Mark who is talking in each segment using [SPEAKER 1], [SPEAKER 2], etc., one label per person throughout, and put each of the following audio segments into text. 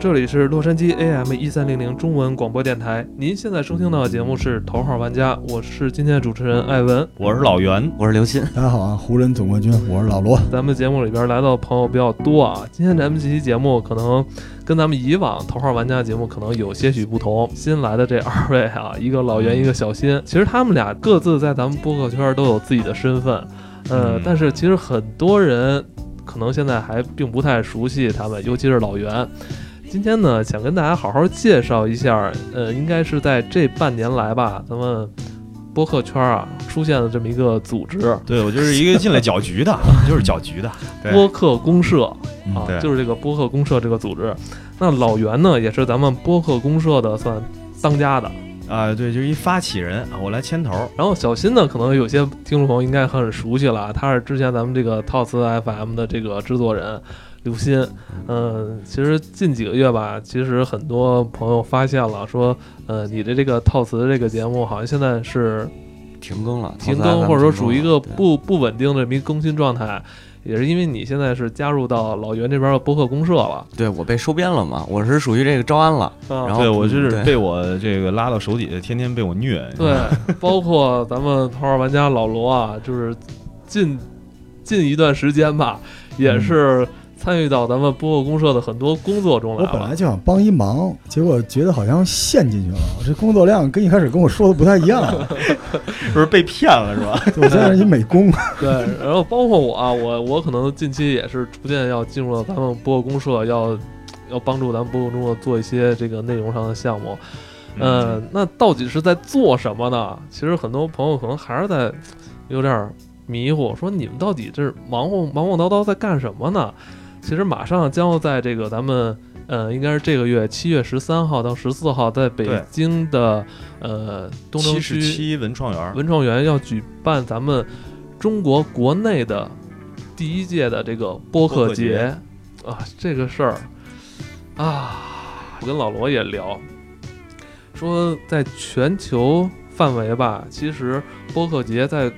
[SPEAKER 1] 这里是洛杉矶 AM 一三零零中文广播电台，您现在收听到的节目是《头号玩家》，我是今天的主持人艾文。
[SPEAKER 2] 我是老
[SPEAKER 1] 嗯
[SPEAKER 2] 袁，
[SPEAKER 3] 我是刘鑫，
[SPEAKER 4] 大家好啊，湖人总冠军，我是老罗。
[SPEAKER 1] 咱们节目里边来到的朋友比较多啊，今天咱们这期节目可能跟咱们以往《头号玩家》节目可能有些许不同。新来的这二位啊，一个老袁，一个小新，其实他们俩各自在咱们播客圈都有自己的身份，呃
[SPEAKER 2] 嗯，
[SPEAKER 1] 但是其实很多人可能现在还并不太熟悉他们，尤其是老袁。今天呢，想跟大家好好介绍一下，呃，应该是在这半年来吧，咱们播客圈啊出现了这么一个组织，
[SPEAKER 2] 对我就是一个进来搅 局的，就是搅局的。对
[SPEAKER 1] 播客公社啊
[SPEAKER 2] 对，
[SPEAKER 1] 就是这个播客公社这个组织。那老袁呢，也是咱们播客公社的算当家的。
[SPEAKER 2] 啊、对，就是一发起人啊，我来牵头。
[SPEAKER 1] 然后小新呢，可能有些听众朋友应该很熟悉了啊，他是之前咱们这个套词 FM 的这个制作人刘鑫。嗯，其实近几个月吧，其实很多朋友发现了，说，呃，你的这个套词这个节目好像现在是
[SPEAKER 3] 停更了，
[SPEAKER 1] 停
[SPEAKER 3] 陶瓷
[SPEAKER 1] 更，
[SPEAKER 3] FM
[SPEAKER 1] 或者说处于一个
[SPEAKER 3] 停更了
[SPEAKER 1] 不不稳定的这么一个更新状态，也是因为你现在是加入到老袁这边的播客公社了。
[SPEAKER 3] 对对我被收编了嘛，我是属于这个招安了，
[SPEAKER 1] 啊、
[SPEAKER 3] 然后
[SPEAKER 2] 对我就是
[SPEAKER 3] 对
[SPEAKER 2] 被我这个拉到手底下，天天被我虐。你知道吗，
[SPEAKER 1] 对，包括咱们头号玩家老罗啊，就是近近一段时间吧，
[SPEAKER 4] 嗯
[SPEAKER 1] 也是参与到咱们播客公社的很多工作中来
[SPEAKER 4] 我
[SPEAKER 1] 了。
[SPEAKER 4] 本来就想帮一忙，结果觉得好像陷进去了。我这工作量跟一开始跟我说的不太一样，
[SPEAKER 2] 不是被骗了是 吧？
[SPEAKER 4] 对我现在是一美工。
[SPEAKER 2] 啊
[SPEAKER 1] 对，然后包括我啊，我我可能近期也是逐渐要进入到咱们播客公社，要要帮助咱们播客公社做一些这个内容上的项目。
[SPEAKER 2] 嗯
[SPEAKER 1] 呃，那到底是在做什么呢？其实很多朋友可能还是在有点儿迷糊，说你们到底这是忙活忙忙叨叨在干什么呢？其实马上将要在这个咱们呃，应该是这个月七月十三号到十四号，在北
[SPEAKER 2] 对
[SPEAKER 1] 京的呃东城
[SPEAKER 2] 七
[SPEAKER 1] 区
[SPEAKER 2] 十七文创园儿，
[SPEAKER 1] 文创园要举办咱们中国国内的第一届的这个播客节啊，这个事儿啊，我跟老罗也聊，说在全球范围吧，其实播客节在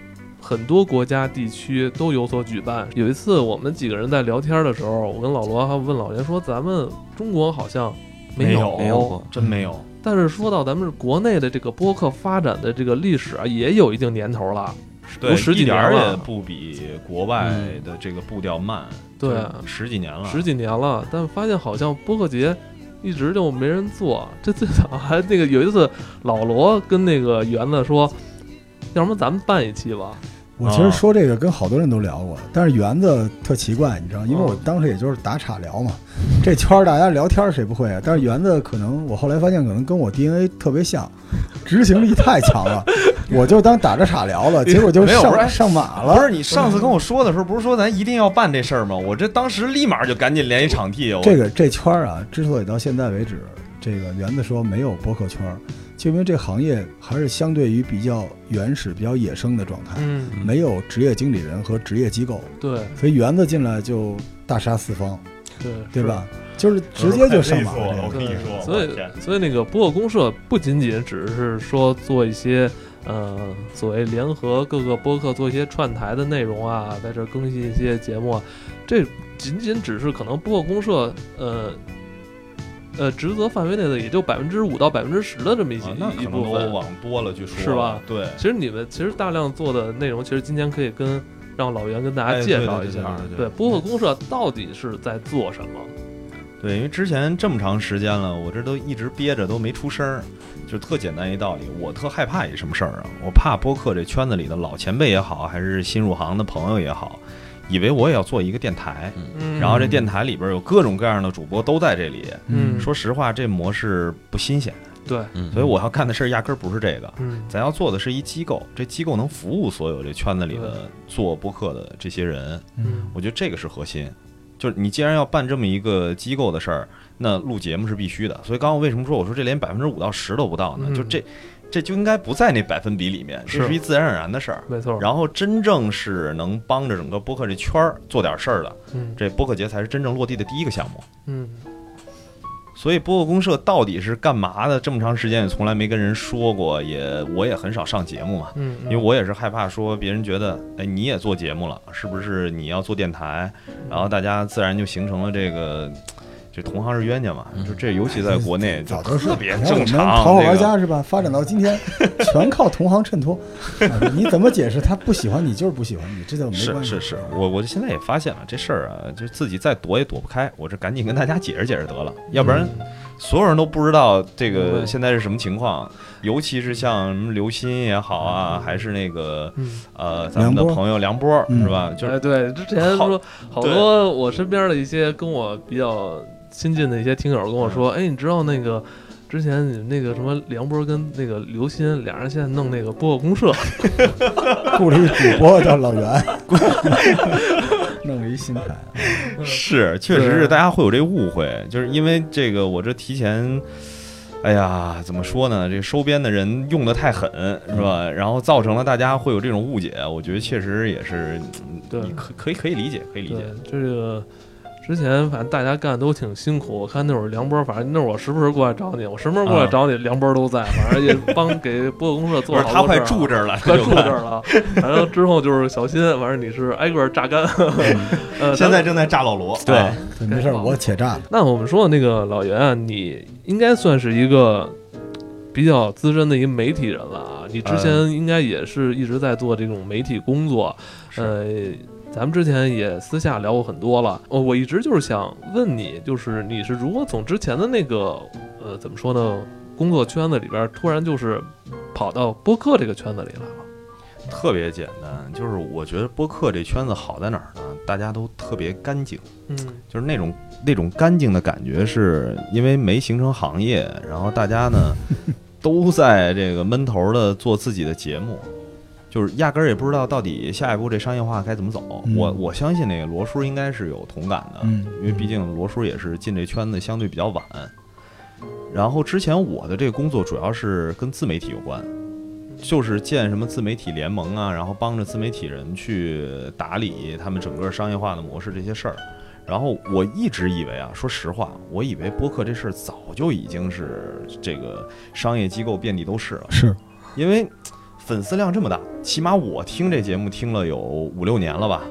[SPEAKER 1] 很多国家地区都有所举办。有一次我们几个人在聊天的时候，我跟老罗还问老袁说，咱们中国好像没
[SPEAKER 2] 有
[SPEAKER 3] 没有过
[SPEAKER 2] 真没有。
[SPEAKER 1] 但是说到咱们国内的这个播客发展的这个历史啊，也有一定年头了，
[SPEAKER 2] 对，
[SPEAKER 1] 有嗯十几
[SPEAKER 2] 一点
[SPEAKER 1] 年
[SPEAKER 2] 儿也
[SPEAKER 1] 了，
[SPEAKER 2] 不比国外的这个步调慢。
[SPEAKER 1] 对
[SPEAKER 2] 就是十几年了，
[SPEAKER 1] 嗯十几年了。但发现好像播客节一直就没人做。这 最早还那个有一次，老罗跟那个园子说，要不然咱们办一期吧？
[SPEAKER 4] 我其实说这个跟好多人都聊过，但是园子特奇怪，你知道，因为我当时也就是打岔聊嘛，这圈儿大家聊天儿谁不会啊？但是园子可能我后来发现可能跟我 DNA 特别像，执行力太强了，我就当打着岔聊了，结果就
[SPEAKER 2] 没有不是
[SPEAKER 4] 上上马
[SPEAKER 2] 不
[SPEAKER 4] 了。
[SPEAKER 2] 是你上次跟我说的时候，不是说咱一定要办这事儿吗？我这当时立马就赶紧联系场地，我
[SPEAKER 4] 这个这圈儿啊，之所以到现在为止，这个园子说没有播客圈儿，就因为这行业还是相对于比较原始、比较野生的状态，
[SPEAKER 1] 嗯，
[SPEAKER 4] 没有职业经理人和职业机构，
[SPEAKER 1] 对
[SPEAKER 4] 所以园子进来就大杀四方，
[SPEAKER 1] 对
[SPEAKER 4] 对？吧？就是直接就上马
[SPEAKER 2] 我
[SPEAKER 4] 了
[SPEAKER 2] 我
[SPEAKER 1] 是
[SPEAKER 4] 这
[SPEAKER 2] 跟
[SPEAKER 4] 个。
[SPEAKER 2] 你说我
[SPEAKER 1] 所
[SPEAKER 2] 的天
[SPEAKER 1] 以所以那个播客公社不仅仅只是说做一些。呃，所谓联合各个播客做一些串台的内容啊，在这儿更新一些节目啊，这仅仅只是可能播客公社呃呃职责范围内的也就百分之五到百分之十的这么一些、
[SPEAKER 2] 啊，那可
[SPEAKER 1] 一
[SPEAKER 2] 能
[SPEAKER 1] 部
[SPEAKER 2] 都
[SPEAKER 1] 分。
[SPEAKER 2] 往多了去说，
[SPEAKER 1] 是吧？
[SPEAKER 2] 对，
[SPEAKER 1] 其实你们其实大量做的内容，其实今天可以跟让老袁跟大家
[SPEAKER 2] 哎
[SPEAKER 1] 介
[SPEAKER 2] 对
[SPEAKER 1] 绍
[SPEAKER 2] 对
[SPEAKER 1] 一
[SPEAKER 2] 对
[SPEAKER 1] 下，
[SPEAKER 2] 对对对
[SPEAKER 1] 播客公社到底是在做什么？
[SPEAKER 2] 对，因为之前这么长时间了，我这都一直憋着都没出声儿，就特简单一道理。我特害怕一什么事儿啊？我怕播客这圈子里的老前辈也好，还是新入行的朋友也好，以为我也要做一个电台，
[SPEAKER 1] 嗯
[SPEAKER 2] 然后这电台里边有各种各样的主播都在这里。
[SPEAKER 1] 嗯
[SPEAKER 2] 说实话，这模式不新鲜，
[SPEAKER 1] 对，
[SPEAKER 3] 嗯，
[SPEAKER 2] 所以我要干的事儿压根儿不是这个。
[SPEAKER 1] 嗯
[SPEAKER 2] 咱要做的是一机构，这机构能服务所有这圈子里的做播客的这些人，
[SPEAKER 1] 嗯
[SPEAKER 2] 我觉得这个是核心，就是你既然要办这么一个机构的事儿，那录节目是必须的。所以刚刚我为什么说我说这连百分之五到十都不到呢？
[SPEAKER 1] 嗯
[SPEAKER 2] 就这，这就应该不在那百分比里面，这
[SPEAKER 1] 是
[SPEAKER 2] 是一自然而然的事儿。
[SPEAKER 1] 没错，
[SPEAKER 2] 然后真正是能帮着整个播客这圈儿做点事儿的，
[SPEAKER 1] 嗯
[SPEAKER 2] 这播客节才是真正落地的第一个项目。
[SPEAKER 1] 嗯
[SPEAKER 2] 所以播客公社到底是干嘛的？这么长时间也从来没跟人说过，也我也很少上节目嘛。
[SPEAKER 1] 嗯，
[SPEAKER 2] 因为我也是害怕说别人觉得，哎，你也做节目了，是不是你要做电台？然后大家自然就形成了这个这同行是冤家嘛，
[SPEAKER 3] 嗯
[SPEAKER 2] 就这尤其在国内就
[SPEAKER 4] 嗯早都是
[SPEAKER 2] 特别
[SPEAKER 4] 你看我
[SPEAKER 2] 正
[SPEAKER 4] 们
[SPEAKER 2] 常。
[SPEAKER 4] 讨好玩
[SPEAKER 2] 这个
[SPEAKER 4] 家是吧？发展到今天，全靠同行衬托。啊你怎么解释他不喜欢你就是不喜欢你，这就没
[SPEAKER 2] 是
[SPEAKER 4] 关系。
[SPEAKER 2] 是是，我我现在也发现了这事儿啊，就自己再躲也躲不开，我这赶紧跟大家解释解释得了，要不然
[SPEAKER 4] 嗯
[SPEAKER 2] 所有人都不知道这
[SPEAKER 1] 明
[SPEAKER 2] 个
[SPEAKER 1] 白
[SPEAKER 2] 现在是什么情况，尤其是像什么刘鑫也好啊，还是那个
[SPEAKER 1] 嗯，
[SPEAKER 2] 呃咱们的
[SPEAKER 4] 梁波
[SPEAKER 2] 朋友梁波
[SPEAKER 4] 嗯
[SPEAKER 2] 是吧？就是
[SPEAKER 1] 哎，对，之前
[SPEAKER 2] 好
[SPEAKER 1] 说好多我身边的一些跟我比较亲近的一些听友跟我说，哎，你知道那个之前你们那个什么梁波跟那个刘鑫俩人现在弄那个播客公社，
[SPEAKER 4] 故里主播叫老袁，弄了一新牌。
[SPEAKER 2] 是，确实
[SPEAKER 1] 对
[SPEAKER 2] 是大家会有这误会，就是因为这个，我这提前，哎呀，怎么说呢？这收编的人用的太狠，是吧？
[SPEAKER 1] 嗯
[SPEAKER 2] 然后造成了大家会有这种误解，我觉得确实也是，嗯
[SPEAKER 1] 对
[SPEAKER 2] 你可可以可以理解，可以理
[SPEAKER 1] 对
[SPEAKER 2] 解。，
[SPEAKER 1] 这个之前反正大家干的都挺辛苦，我看那会儿梁波，反正那会儿我时不时过来找你，我什么时候过来找你，梁波都在，反正也 帮给播客公社
[SPEAKER 2] 啊不
[SPEAKER 1] 做
[SPEAKER 2] 是
[SPEAKER 1] 了
[SPEAKER 2] 他
[SPEAKER 1] 好多
[SPEAKER 2] 快
[SPEAKER 1] 事儿啊
[SPEAKER 2] 住这儿了，
[SPEAKER 1] 快住这
[SPEAKER 2] 就
[SPEAKER 1] 儿了，反正之后就是小心，反正你是挨个儿榨 干。呃，
[SPEAKER 2] 现在
[SPEAKER 1] 咱
[SPEAKER 2] 正在炸老罗，
[SPEAKER 3] 对
[SPEAKER 2] 哎
[SPEAKER 4] 对没事儿，我且炸了。
[SPEAKER 1] 那我们说的那个老袁啊，你应该算是一个比较资深的一媒体人了啊，你之前应该也是一直在做这种媒体工作，
[SPEAKER 2] 是
[SPEAKER 1] 呃。咱们之前也私下聊过很多了，哦，我一直就是想问你，就是你是如何从之前的那个，呃，怎么说呢，工作圈子里边儿突然就是跑到播客这个圈子里来了？
[SPEAKER 2] 特别简单。就是我觉得播客这圈子好在哪儿呢？大家都特别干净。
[SPEAKER 1] 嗯
[SPEAKER 2] 就是那种那种干净的感觉，是因为没形成行业，然后大家 呢都在这个闷头的做自己的节目，就是压根儿也不知道到底下一步这商业化该怎么走。
[SPEAKER 4] 嗯
[SPEAKER 2] 我我相信那个罗叔应该是有同感的，
[SPEAKER 4] 嗯，
[SPEAKER 2] 因为毕竟罗叔也是进这圈子相对比较晚。然后之前我的这个工作主要是跟自媒体有关，就是建什么自媒体联盟啊，然后帮着自媒体人去打理他们整个商业化的模式这些事儿。然后我一直以为啊，说实话，我以为播客这事儿早就已经是这个商业机构遍地都是了，
[SPEAKER 4] 是
[SPEAKER 2] 因为粉丝量这么大，起码我听这节目听了有五六年了吧，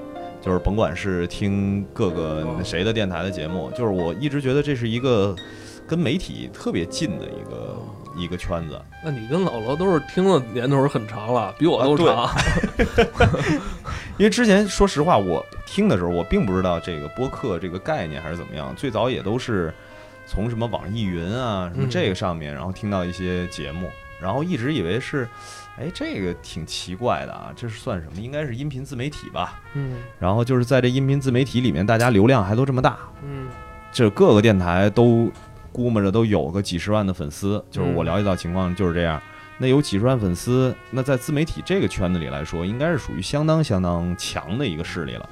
[SPEAKER 2] 就是甭管是听各个谁的电台的节目，就是我一直觉得这是一个跟媒体特别近的一个
[SPEAKER 1] 哦
[SPEAKER 2] 一个圈子。
[SPEAKER 1] 呃那你跟老罗都是听了年头儿很长了，比我
[SPEAKER 2] 啊
[SPEAKER 1] 都
[SPEAKER 2] 对
[SPEAKER 1] 长。
[SPEAKER 2] 因为之前说实话，我听的时候我并不知道这个播客这个概念还是怎么样，最早也都是从什么网易云啊什么
[SPEAKER 1] 嗯
[SPEAKER 2] 这个上面，然后听到一些节目，然后一直以为是，哎，这个挺奇怪的啊，这是算什么？应该是音频自媒体吧。
[SPEAKER 1] 嗯
[SPEAKER 2] 然后就是在这音频自媒体里面，大家流量还都这么大，
[SPEAKER 1] 嗯
[SPEAKER 2] 这各个电台都估摸着都有个几十万的粉丝，就是我
[SPEAKER 1] 嗯
[SPEAKER 2] 了解到情况就是这样。那有几十万粉丝，那在自媒体这个圈子里来说，应该是属于相当相当强的一个势力了。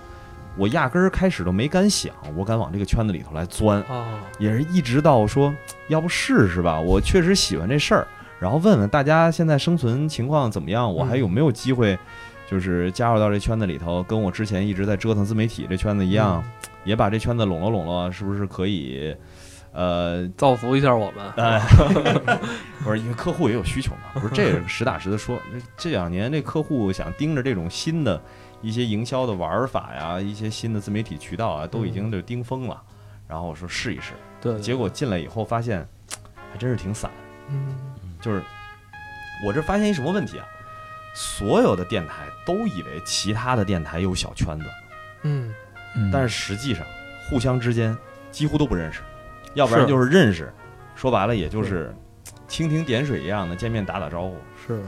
[SPEAKER 2] 我压根儿开始都没敢想，我敢往这个圈子里头来钻，
[SPEAKER 1] 哦，
[SPEAKER 2] 也是一直到说，要不试试吧，我确实喜欢这事儿，然后问问大家现在生存情况怎么样，我还有没有机会，就是加入到这圈子里头，跟我之前一直在折腾自媒体这圈子一样，
[SPEAKER 1] 嗯
[SPEAKER 2] 也把这圈子笼络笼络，是不是可以？呃，
[SPEAKER 1] 造福一下我们。
[SPEAKER 2] 哎，不是，因为客户也有需求嘛，不是，这是实打实的说，这这两年这客户想盯着这种新的一些营销的玩法呀，一些新的自媒体渠道啊，都已经就盯疯了。然后我说试一试，
[SPEAKER 1] 对，对
[SPEAKER 2] 结果进来以后发现，还真是挺散。
[SPEAKER 1] 嗯
[SPEAKER 2] 就是我这发现一什么问题啊？所有的电台都以为其他的电台有小圈子，
[SPEAKER 1] 嗯
[SPEAKER 2] 但是
[SPEAKER 4] 是
[SPEAKER 2] 实际上互相之间几乎都不认识，要不然就是认识，说白了也就是蜻蜓点水一样的见面打打招呼。
[SPEAKER 1] 是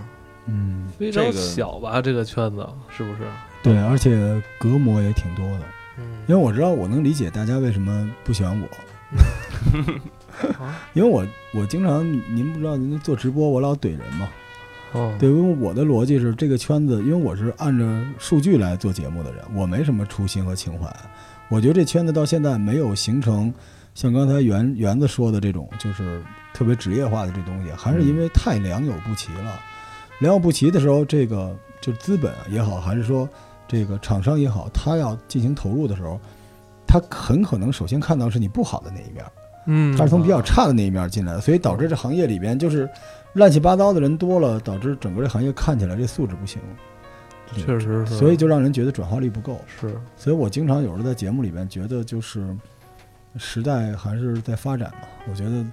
[SPEAKER 4] 嗯，
[SPEAKER 1] 非
[SPEAKER 2] 这
[SPEAKER 1] 常
[SPEAKER 2] 个
[SPEAKER 1] 小吧？这个圈子是不是？
[SPEAKER 4] 对，而且隔膜也挺多的，
[SPEAKER 1] 嗯
[SPEAKER 4] 因为我知道我能理解大家为什么不喜 欢我，
[SPEAKER 1] 啊
[SPEAKER 4] 因为我我经常您不知道您做直播我老怼人嘛，
[SPEAKER 1] 哦
[SPEAKER 4] 对，因为我的逻辑是这个圈子，因为我是按照数据来做节目的人，我没什么初心和情怀。我觉得这圈子到现在没有形成像刚才园园子说的这种，就是特别职业化的这东西，还是因为太良莠不齐了。良莠不齐的时候，这个就资本也好，还是说这个厂商也好，他要进行投入的时候，他很可能首先看到是你不好的那一面。
[SPEAKER 1] 嗯，
[SPEAKER 4] 他是从比较差的那一面进来的，所以导致这行业里边就是乱七八糟的人多了，导致整个这行业看起来这素质不行，
[SPEAKER 1] 确实是，
[SPEAKER 4] 所以就让人觉得转化率不够。
[SPEAKER 1] 是
[SPEAKER 4] 所以我经常有时候在节目里边觉得就是，时代还是在发展嘛，我觉得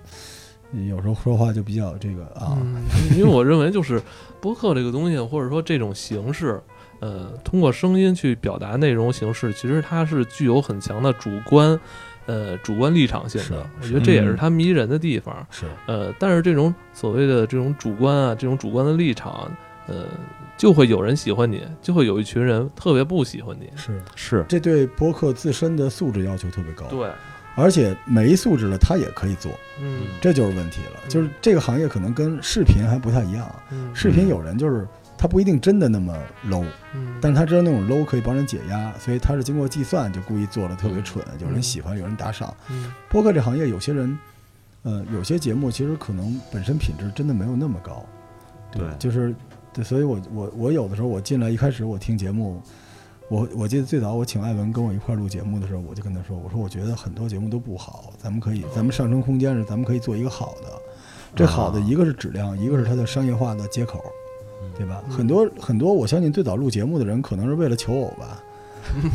[SPEAKER 4] 有时候说话就比较这个啊，
[SPEAKER 1] 嗯，因为我认为就是播客这个东西，或者说这种形式，呃，通过声音去表达内容形式，其实它是具有很强的主观，呃，主观立场性
[SPEAKER 4] 是
[SPEAKER 1] 的。我
[SPEAKER 4] 是
[SPEAKER 1] 觉得这也是
[SPEAKER 2] 嗯
[SPEAKER 1] 它迷人的地方。
[SPEAKER 4] 是
[SPEAKER 1] 呃，但是这种所谓的这种主观啊，这种主观的立场，呃，就会有人喜欢你，就会有一群人特别不喜欢你。
[SPEAKER 4] 是，
[SPEAKER 2] 是
[SPEAKER 4] 这对播客自身的素质要求特别高，
[SPEAKER 1] 对，
[SPEAKER 4] 而且没素质了他也可以做，
[SPEAKER 1] 嗯
[SPEAKER 4] 这就是问题了，
[SPEAKER 1] 嗯
[SPEAKER 4] 就是这个行业可能跟视频还不太一样，啊
[SPEAKER 1] 嗯，
[SPEAKER 4] 视频有人就是他不一定真的那么 low，
[SPEAKER 1] 嗯，
[SPEAKER 4] 但是他知道那种 low 可以帮人解压，所以他是经过计算，就故意做的特别蠢，有人喜欢，有人打赏。
[SPEAKER 1] 嗯
[SPEAKER 4] 播客这行业有些人，呃，有些节目其实可能本身品质真的没有那么高，
[SPEAKER 2] 对
[SPEAKER 4] 就是对，所以我我我有的时候我进来一开始我听节目，我我记得最早我请艾文跟我一块儿录节目的时候，我就跟他说，我说我觉得很多节目都不好，咱们可以咱们上升空间是咱们可以做一个好的，这好的一个是质量，一个是它的商业化的接口。对吧？
[SPEAKER 1] 嗯
[SPEAKER 4] 很多很多，我相信最早录节目的人可能是为了求偶吧，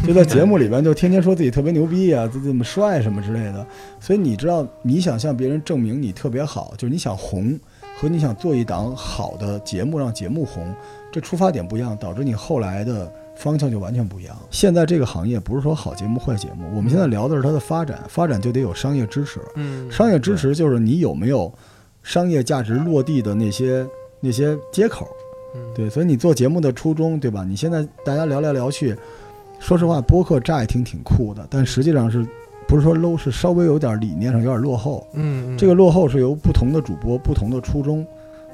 [SPEAKER 4] 就在节目里边就天天说自己特别牛逼啊，怎怎么帅什么之类的。所以你知道，你想向别人证明你特别好，就是你想红和你想做一档好的节目让节目红，这出发点不一样，导致你后来的方向就完全不一样。现在这个行业不是说好节目坏节目，我们现在聊的是它的发展，发展就得有商业支持。
[SPEAKER 1] 嗯，
[SPEAKER 4] 商业支持就是你有没有商业价值落地的那些那些接口。
[SPEAKER 1] 嗯
[SPEAKER 4] 对，所以你做节目的初衷，对吧？你现在大家聊来聊去，说实话，播客乍一听挺酷的，但实际上是不是说 low 是稍微有点理念上有点落后。
[SPEAKER 1] 嗯，嗯
[SPEAKER 4] 这个落后是由不同的主播、不同的初衷，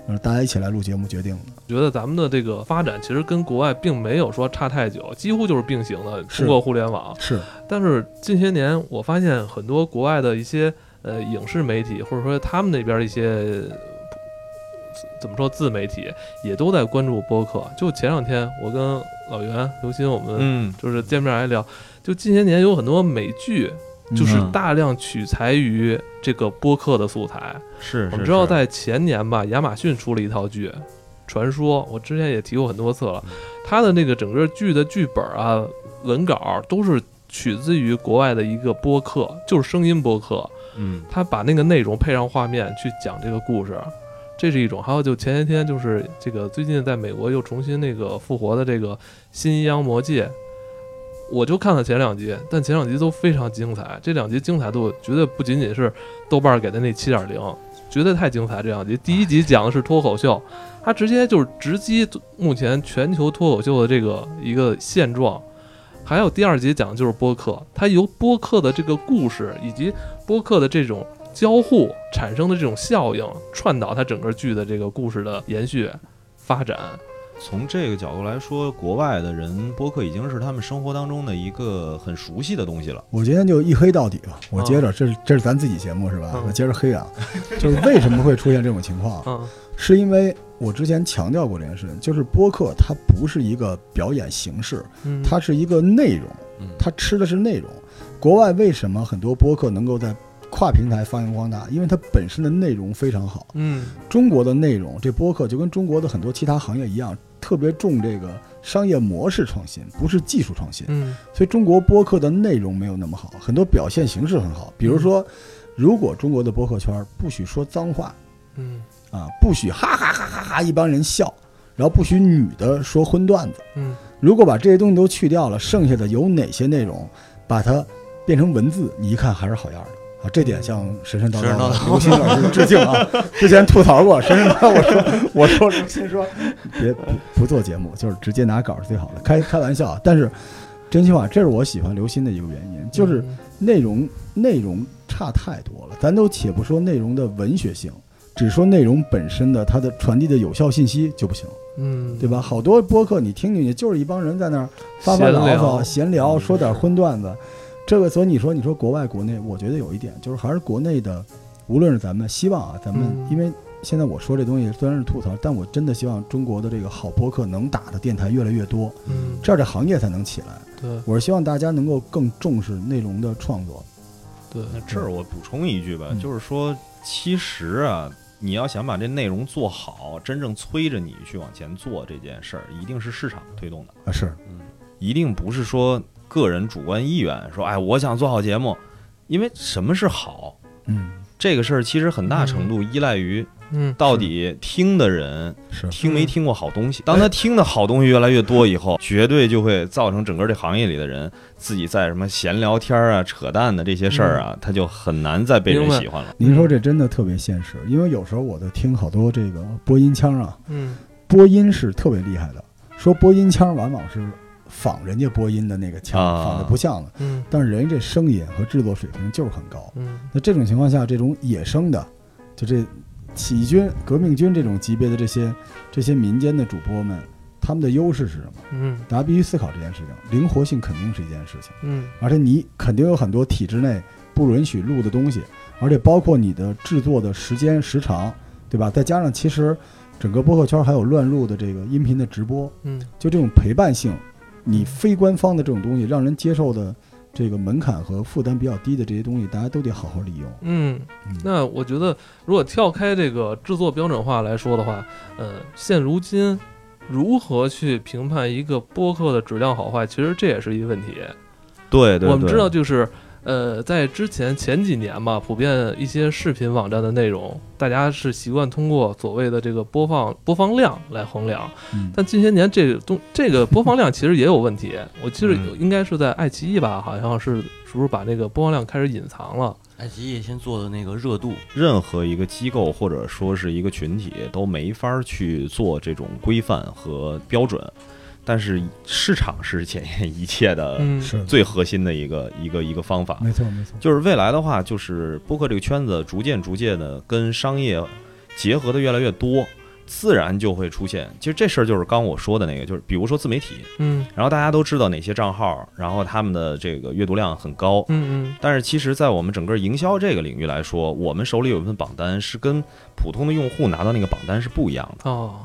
[SPEAKER 4] 呃，大家一起来录节目决定的。
[SPEAKER 1] 觉得咱们的这个发展其实跟国外并没有说差太久，几乎就是并行的，
[SPEAKER 4] 是
[SPEAKER 1] 通过互联网。
[SPEAKER 4] 是
[SPEAKER 1] 但是近些年我发现很多国外的一些呃影视媒体，或者说他们那边的一些呃怎么说自媒体，也都在关注播客。就前两天我跟老袁、刘鑫我们
[SPEAKER 2] 嗯，
[SPEAKER 1] 就是见面还聊，就近些年有很多美剧，
[SPEAKER 4] 嗯
[SPEAKER 1] 就是大量取材于这个播客的素材。
[SPEAKER 2] 是，
[SPEAKER 1] 我
[SPEAKER 2] 是
[SPEAKER 1] 们知道，
[SPEAKER 2] 是
[SPEAKER 1] 在前年吧，亚马逊出了一套剧《传说》，我之前也提过很多次了。
[SPEAKER 2] 嗯
[SPEAKER 1] 它的那个整个剧的剧本啊、文稿都是取自于国外的一个播客，就是声音播客。
[SPEAKER 2] 嗯
[SPEAKER 1] 它把那个内容配上画面去讲这个故事，这是一种。还有就前些天就是这个最近在美国又重新那个复活的这个《新阴阳魔界》，我就看了前两集，但前两集都非常精彩，这两集精彩度绝对不仅仅是豆瓣给的那七点零，绝对太精彩。这两集第一集讲的是脱口秀，它直接就是直击目前全球脱口秀的这个一个现状。还有第二集讲的就是播客，它由播客的这个故事以及播客的这种交互产生的这种效应，串导它整个剧的这个故事的延续发展。
[SPEAKER 2] 从这个角度来说，国外的人播客已经是他们生活当中的一个很熟悉的东西了。
[SPEAKER 4] 我今天就一黑到底吧，我接
[SPEAKER 1] 啊
[SPEAKER 4] 着，这是这是咱自己节目是吧？
[SPEAKER 1] 嗯
[SPEAKER 4] 我接着黑啊， 就是为什么会出现这种情况？
[SPEAKER 1] 嗯
[SPEAKER 4] 是因为我之前强调过这件事情，就是播客它不是一个表演形式，
[SPEAKER 1] 嗯，
[SPEAKER 4] 它是一个内容
[SPEAKER 3] 嗯，
[SPEAKER 4] 它吃的是内容。国外为什么很多播客能够在跨平台发扬光大？因为它本身的内容非常好。
[SPEAKER 1] 嗯
[SPEAKER 4] 中国的内容，这播客就跟中国的很多其他行业一样，特别重这个商业模式创新，不是技术创新。
[SPEAKER 1] 嗯
[SPEAKER 4] 所以中国播客的内容没有那么好，很多表现形式很好。比如说，如果中国的播客圈儿不许说脏话，
[SPEAKER 1] 嗯
[SPEAKER 4] 啊，不许哈哈哈哈哈一帮人笑，然后不许女的说荤段子。
[SPEAKER 1] 嗯
[SPEAKER 4] 如果把这些东西都去掉了，剩下的有哪些内容，把它变成文字，你一看还是好样的。啊，这点向神神叨
[SPEAKER 3] 嗯神神
[SPEAKER 4] 叨
[SPEAKER 3] 叨
[SPEAKER 4] 的刘鑫老师致敬 啊！之前吐槽过神神叨叨，我说我说刘鑫 说别不不做节目，就是直接拿稿是最好的，开开玩笑啊。但是真心话，这是我喜欢刘鑫的一个原
[SPEAKER 1] 嗯
[SPEAKER 4] 因，
[SPEAKER 3] 嗯
[SPEAKER 4] 就是内容内容差太多了。咱都且不说内容的文学性，只说内容本身的它的传递的有效信息就不行，
[SPEAKER 1] 嗯，
[SPEAKER 4] 对吧？好多播客你听进去就是一帮人在那儿发发
[SPEAKER 1] 闲
[SPEAKER 4] 牢
[SPEAKER 1] 聊
[SPEAKER 4] 骚、闲聊，说点荤段子。这个，所以你说你说国外国内，我觉得有一点就是还是国内的，无论是咱们希望啊，咱们
[SPEAKER 1] 嗯
[SPEAKER 4] 因为现在我说这东西虽然是吐槽，但我真的希望中国的这个好播客能打的电台越来越多，
[SPEAKER 1] 嗯，
[SPEAKER 4] 这样这行业才能起来。
[SPEAKER 1] 对
[SPEAKER 4] 我是希望大家能够更重视内容的创作，
[SPEAKER 1] 对，
[SPEAKER 2] 那这儿我补充一句吧，
[SPEAKER 4] 嗯
[SPEAKER 2] 就是说，其实啊，你要想把这内容做好，真正催着你去往前做这件事儿，一定是市场推动的，
[SPEAKER 4] 啊，是
[SPEAKER 2] 一定不是说个人主观意愿说，哎，我想做好节目，因为什么是好
[SPEAKER 4] 嗯，
[SPEAKER 2] 这个事儿，其实很大程度依赖于
[SPEAKER 1] 嗯，
[SPEAKER 2] 到底听的人
[SPEAKER 4] 是
[SPEAKER 2] 听没听过好东西。当他听的好东西越来越多以后，绝对就会造成整个这行业里的人自己在什么闲聊天啊、扯淡的这些事儿啊，他就很难再被人
[SPEAKER 1] 嗯明白
[SPEAKER 2] 喜欢了。
[SPEAKER 4] 您说这真的特别现实，因为有时候我就听好多这个播音腔啊，
[SPEAKER 1] 嗯，
[SPEAKER 4] 播音是特别厉害的，说播音腔往往是仿人家播音的那个腔，
[SPEAKER 2] 啊
[SPEAKER 4] 仿的不像了，
[SPEAKER 1] 嗯，
[SPEAKER 4] 但是人家这声音和制作水平就是很高。
[SPEAKER 1] 嗯，
[SPEAKER 4] 那这种情况下，这种野生的，就这起义军、革命军这种级别的这些这些民间的主播们，他们的优势是什么？
[SPEAKER 1] 嗯，
[SPEAKER 4] 大家必须思考这件事情，灵活性肯定是一件事情，
[SPEAKER 1] 嗯，
[SPEAKER 4] 而且你肯定有很多体制内不允许录的东西，而且包括你的制作的时间时长，对吧？再加上其实整个播客圈还有乱录的这个音频的直播，
[SPEAKER 1] 嗯，
[SPEAKER 4] 就这种陪伴性，你非官方的这种东西，让人接受的这个门槛和负担比较低的这些东西，大家都得好好利用。
[SPEAKER 1] 嗯，
[SPEAKER 4] 嗯
[SPEAKER 1] 那我觉得，如果跳开这个制作标准化来说的话，呃，现如今如何去评判一个播客的质量好坏，其实这也是一个问题。
[SPEAKER 2] 对对对，
[SPEAKER 1] 我们知道，就是呃，在之前前几年吧，普遍一些视频网站的内容，大家是习惯通过所谓的这个播放播放量来衡量。
[SPEAKER 4] 嗯，
[SPEAKER 1] 但近些年这个东这个播放量其实也有问题，我记得
[SPEAKER 2] 嗯
[SPEAKER 1] 应该是在爱奇艺吧，好像是是不是把那个播放量开始隐藏了？
[SPEAKER 3] 爱奇艺先做的那个热度，
[SPEAKER 2] 任何一个机构或者说是一个群体都没法儿去做这种规范和标准，但是市场是检验一切的
[SPEAKER 1] 嗯，
[SPEAKER 4] 是
[SPEAKER 2] 最核心的一个一个一个方法。
[SPEAKER 4] 没错没错，
[SPEAKER 2] 就是未来的话，就是播客这个圈子逐渐逐渐的跟商业结合的越来越多，自然就会出现。其实这事儿就是刚我说的那个，就是比如说自媒体，
[SPEAKER 1] 嗯
[SPEAKER 2] 然后大家都知道哪些账号，然后他们的这个阅读量很高，
[SPEAKER 1] 嗯
[SPEAKER 2] 但是其实，在我们整个营销这个领域来说，我们手里有一份榜单，是跟普通的用户拿到那个榜单是不一样的。
[SPEAKER 1] 嗯，哦，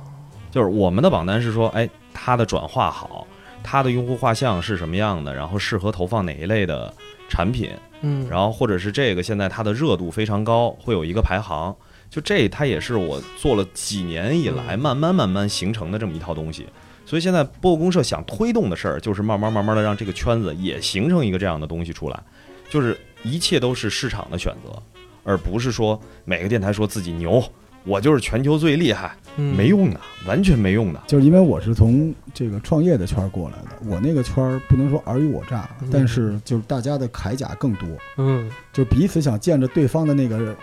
[SPEAKER 2] 就是我们的榜单是说，哎，它的转化好，它的用户画像是什么样的，然后适合投放哪一类的产品，
[SPEAKER 1] 嗯，
[SPEAKER 2] 然后或者是这个现在它的热度非常高，会有一个排行。就这，它也是我做了几年以来，
[SPEAKER 1] 嗯
[SPEAKER 2] 慢慢慢慢形成的这么一套东西。所以现在播客公社想推动的事儿，就是慢慢慢慢的让这个圈子也形成一个这样的东西出来，就是一切都是市场的选择，而不是说每个电台说自己牛，我就是全球最厉害，
[SPEAKER 1] 嗯
[SPEAKER 2] 没，用的，完全没用的。
[SPEAKER 4] 就是因为我是从这个创业的圈儿过来的，我那个圈儿不能说尔虞我诈
[SPEAKER 1] 嗯，
[SPEAKER 4] 但是就是大家的铠甲更多，
[SPEAKER 1] 嗯
[SPEAKER 4] 就彼此想见着对方的那个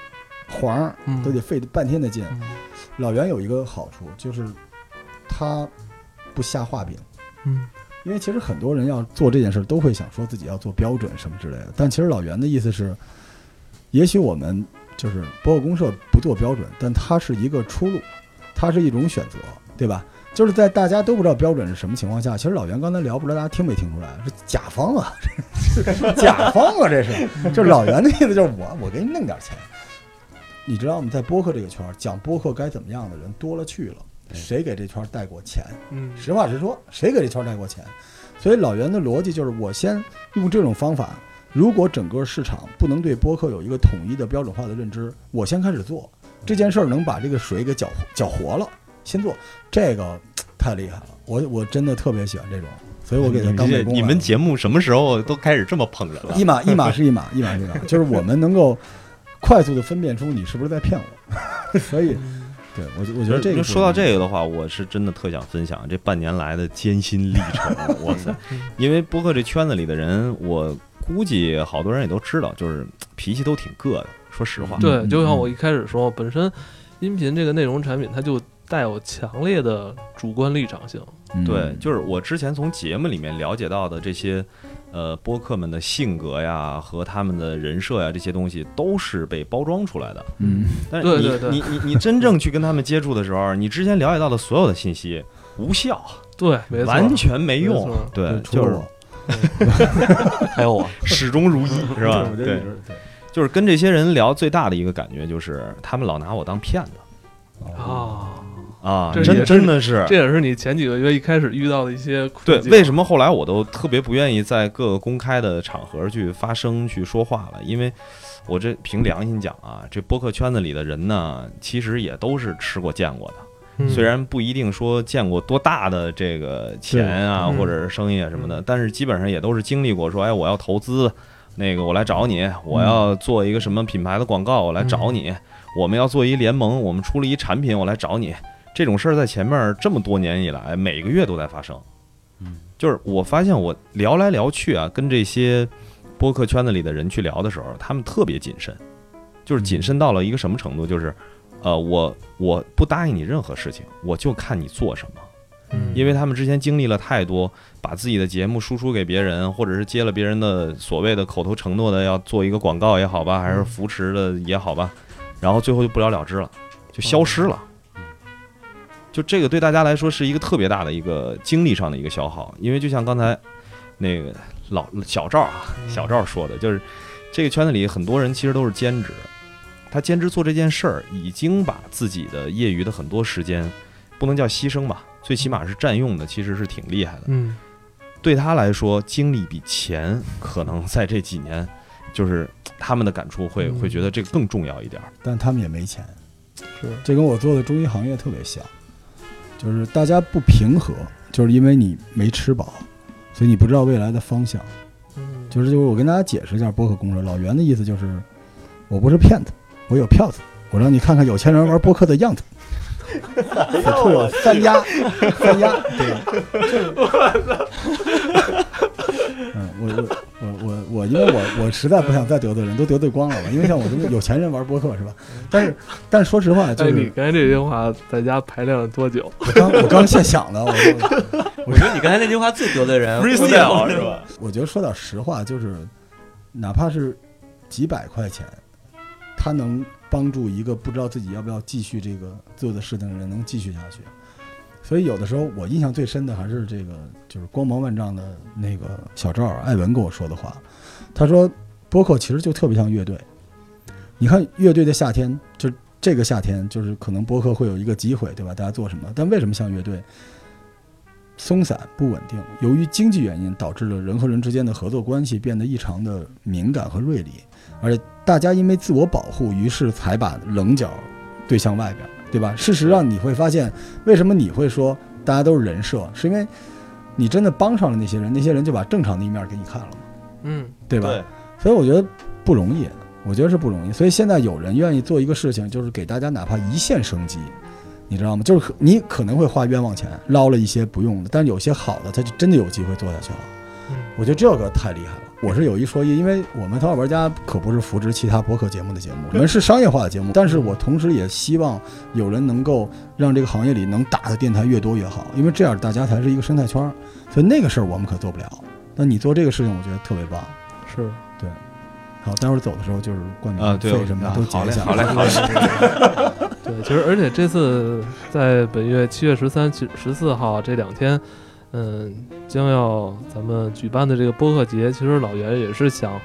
[SPEAKER 4] 黄儿
[SPEAKER 1] 嗯，
[SPEAKER 4] 都得费半天的劲。
[SPEAKER 1] 嗯，
[SPEAKER 4] 老袁有一个好处就是他不下画饼。
[SPEAKER 1] 嗯
[SPEAKER 4] 因为其实很多人要做这件事，都会想说自己要做标准什么之类的。但其实老袁的意思是，也许我们就是博客公社不做标准，但它是一个出路，它是一种选择，对吧？就是在大家都不知道标准是什么情况下，其实老袁刚才聊，不知道大家听没听出来，是甲方啊，甲方啊，这是，就是老袁的意思就是我我给你弄点钱，你知道吗？在播客这个圈儿，讲播客该怎么样的人多了去了，谁给这圈儿带过钱？
[SPEAKER 1] 嗯
[SPEAKER 4] 实话实说，谁给这圈儿带过钱？所以老袁的逻辑就是，我先用这种方法，如果整个市场不能对播客有一个统一的标准化的认知，我先开始做这件事儿，能把这个水给搅和搅活了，先做这个嘖太厉害了，我我真的特别喜欢这种，所以我给他当
[SPEAKER 2] 你这
[SPEAKER 4] 美工
[SPEAKER 2] 你
[SPEAKER 4] 了
[SPEAKER 2] 们节目什么时候都开始这么捧人了？
[SPEAKER 4] 一码一码是一码，一码是一码，就是我们能够快速的分辨出你是不是在骗我， 所以对我就我觉得这个
[SPEAKER 2] 就是说到这个的话，我是真的特想分享这半年来的艰辛历程。 哇塞！因为播客这圈子里的人，我估计好多人也都知道，就是脾气都挺硌的。说实话，
[SPEAKER 1] 对，就像
[SPEAKER 4] 嗯
[SPEAKER 1] 我一开始说，本身音频这个内容产品，它就带有强烈的主观立场性。
[SPEAKER 4] 嗯
[SPEAKER 2] 对，就是我之前从节目里面了解到的这些，呃，播客们的性格呀和他们的人设呀这些东西，都是被包装出来的。
[SPEAKER 4] 嗯
[SPEAKER 2] 但是你
[SPEAKER 1] 对对对
[SPEAKER 2] 你你你真正去跟他们接触的时候，你之前了解到的所有的信息无效，
[SPEAKER 1] 对，没错，
[SPEAKER 2] 完全没
[SPEAKER 1] 没
[SPEAKER 2] 用
[SPEAKER 1] 错。
[SPEAKER 2] 对，
[SPEAKER 4] 除
[SPEAKER 2] 就
[SPEAKER 4] 了
[SPEAKER 2] 是
[SPEAKER 4] 我，
[SPEAKER 3] 还有我，
[SPEAKER 2] 始终 如一，是吧
[SPEAKER 4] 我？觉得
[SPEAKER 2] 对
[SPEAKER 4] 你。是对。
[SPEAKER 2] 就是跟这些人聊最大的一个感觉就是，他们老拿我当骗子
[SPEAKER 1] 啊。
[SPEAKER 2] 啊，
[SPEAKER 1] 这也
[SPEAKER 2] 真
[SPEAKER 1] 是
[SPEAKER 2] 真的是
[SPEAKER 1] 这。也是你前几个月一开始遇到的一些
[SPEAKER 2] 对
[SPEAKER 1] 困，境。
[SPEAKER 2] 为什么后来我都特别不愿意在各个公开的场合去发声、去说话了？因为我这凭良心讲啊，这播客圈子里的人呢，其实也都是吃过见过的，
[SPEAKER 1] 嗯
[SPEAKER 2] 虽然不一定说见过多大的这个钱啊，
[SPEAKER 1] 对嗯嗯
[SPEAKER 2] 或者是生意啊什么的，但是基本上也都是经历过说，哎，我要投资，那个我来找你，我
[SPEAKER 1] 嗯
[SPEAKER 2] 要做一个什么品牌的广告，我来找你，我们要做一联盟，我们出了一产品，我来找你。这种事儿在前面这么多年以来，每个月都在发生。
[SPEAKER 3] 嗯，
[SPEAKER 2] 就是我发现我聊来聊去啊，跟这些播客圈子里的人去聊的时候，他们特别谨慎，就是谨慎到了一个什么程度，就是，呃，我我不答应你任何事情，我就看你做什么。
[SPEAKER 1] 嗯
[SPEAKER 2] 因为他们之前经历了太多，把自己的节目输出给别人，或者是接了别人的所谓的口头承诺的要做一个广告也好吧，还是扶持的也好吧，然后最后就不了了之了，就消失了
[SPEAKER 3] 嗯。
[SPEAKER 2] 就这个对大家来说是一个特别大的一个精力上的一个消耗，因为就像刚才那个老小赵啊，小赵说的，就是这个圈子里很多人其实都是兼职，他兼职做这件事儿，已经把自己的业余的很多时间，不能叫牺牲吧，最起码是占用的，其实是挺厉害的。
[SPEAKER 1] 嗯
[SPEAKER 2] 对他来说，精力比钱可能在这几年，就是他们的感触会
[SPEAKER 1] 嗯
[SPEAKER 2] 会觉得这个更重要一点儿。
[SPEAKER 4] 但他们也没钱。
[SPEAKER 1] 是
[SPEAKER 4] 这跟我做的中医行业特别像，就是大家不平和，就是因为你没吃饱，所以你不知道未来的方向。
[SPEAKER 1] 嗯
[SPEAKER 4] 就是就是我跟大家解释一下播客公社，老袁的意思就是，我不是骗子，我有票子，我让你看看有钱人玩播客的样子。我吐了三鸭，三鸭，对，就是，嗯，我我我我我，因为我我实在不想再得罪人，都得罪光了吧？因为像我这么有钱人玩播客是吧？但是但是说实话，就
[SPEAKER 1] 哎，你
[SPEAKER 4] 是
[SPEAKER 1] 刚才这句话在家排练了多久？
[SPEAKER 4] 我刚我刚现想的，我我
[SPEAKER 1] 嗯
[SPEAKER 3] 我觉得你刚才那句话最得罪人
[SPEAKER 2] freestyle 是吧？
[SPEAKER 4] 我觉得说点实话，就是哪怕是几百块钱，他能帮助一个不知道自己要不要继续这个做的事情的人能继续下去。所以有的时候我印象最深的还是这个，就是光芒万丈的那个小赵艾文跟我说的话。他说，播客其实就特别像乐队。你看乐队的夏天，就这个夏天，就是可能播客会有一个机会，对吧？大家做什么？但为什么像乐队？松散不稳定，由于经济原因导致了人和人之间的合作关系变得异常的敏感和锐利，而且大家因为自我保护，于是才把棱角对向外边，对吧？事实上你会发现，为什么你会说大家都是人设，是因为你真的帮上了那些人，那些人就把正常的一面给你看了嘛，
[SPEAKER 1] 嗯
[SPEAKER 4] 对吧？所以我觉得不容易，我觉得是不容易。所以现在有人愿意做一个事情，就是给大家哪怕一线生机，你知道吗？就是可你可能会花冤枉钱捞了一些不用的，但是有些好的，它就真的有机会做下去了。
[SPEAKER 1] 嗯
[SPEAKER 4] 我觉得这个太厉害了。我是有一说一，因为我们《头号玩家》可不是扶植其他播客节目的节目，我们是商业化的节目。但是我同时也希望有人能够让这个行业里能打的电台越多越好，因为这样大家才是一个生态圈儿。所以那个事儿我们可做不了。但你做这个事情，我觉得特别棒。
[SPEAKER 1] 是
[SPEAKER 4] 好，待会儿走的时候就是冠名
[SPEAKER 2] 啊对
[SPEAKER 4] 费什么
[SPEAKER 2] 啊
[SPEAKER 4] 的都
[SPEAKER 2] 好
[SPEAKER 4] 结
[SPEAKER 2] 嘞
[SPEAKER 4] 一下。
[SPEAKER 2] 好 嘞好嘞
[SPEAKER 1] 对，其实而且这次在本月七月十三、十四号啊这两天，嗯，将要咱们举办的这个播客节，其实老袁也是想，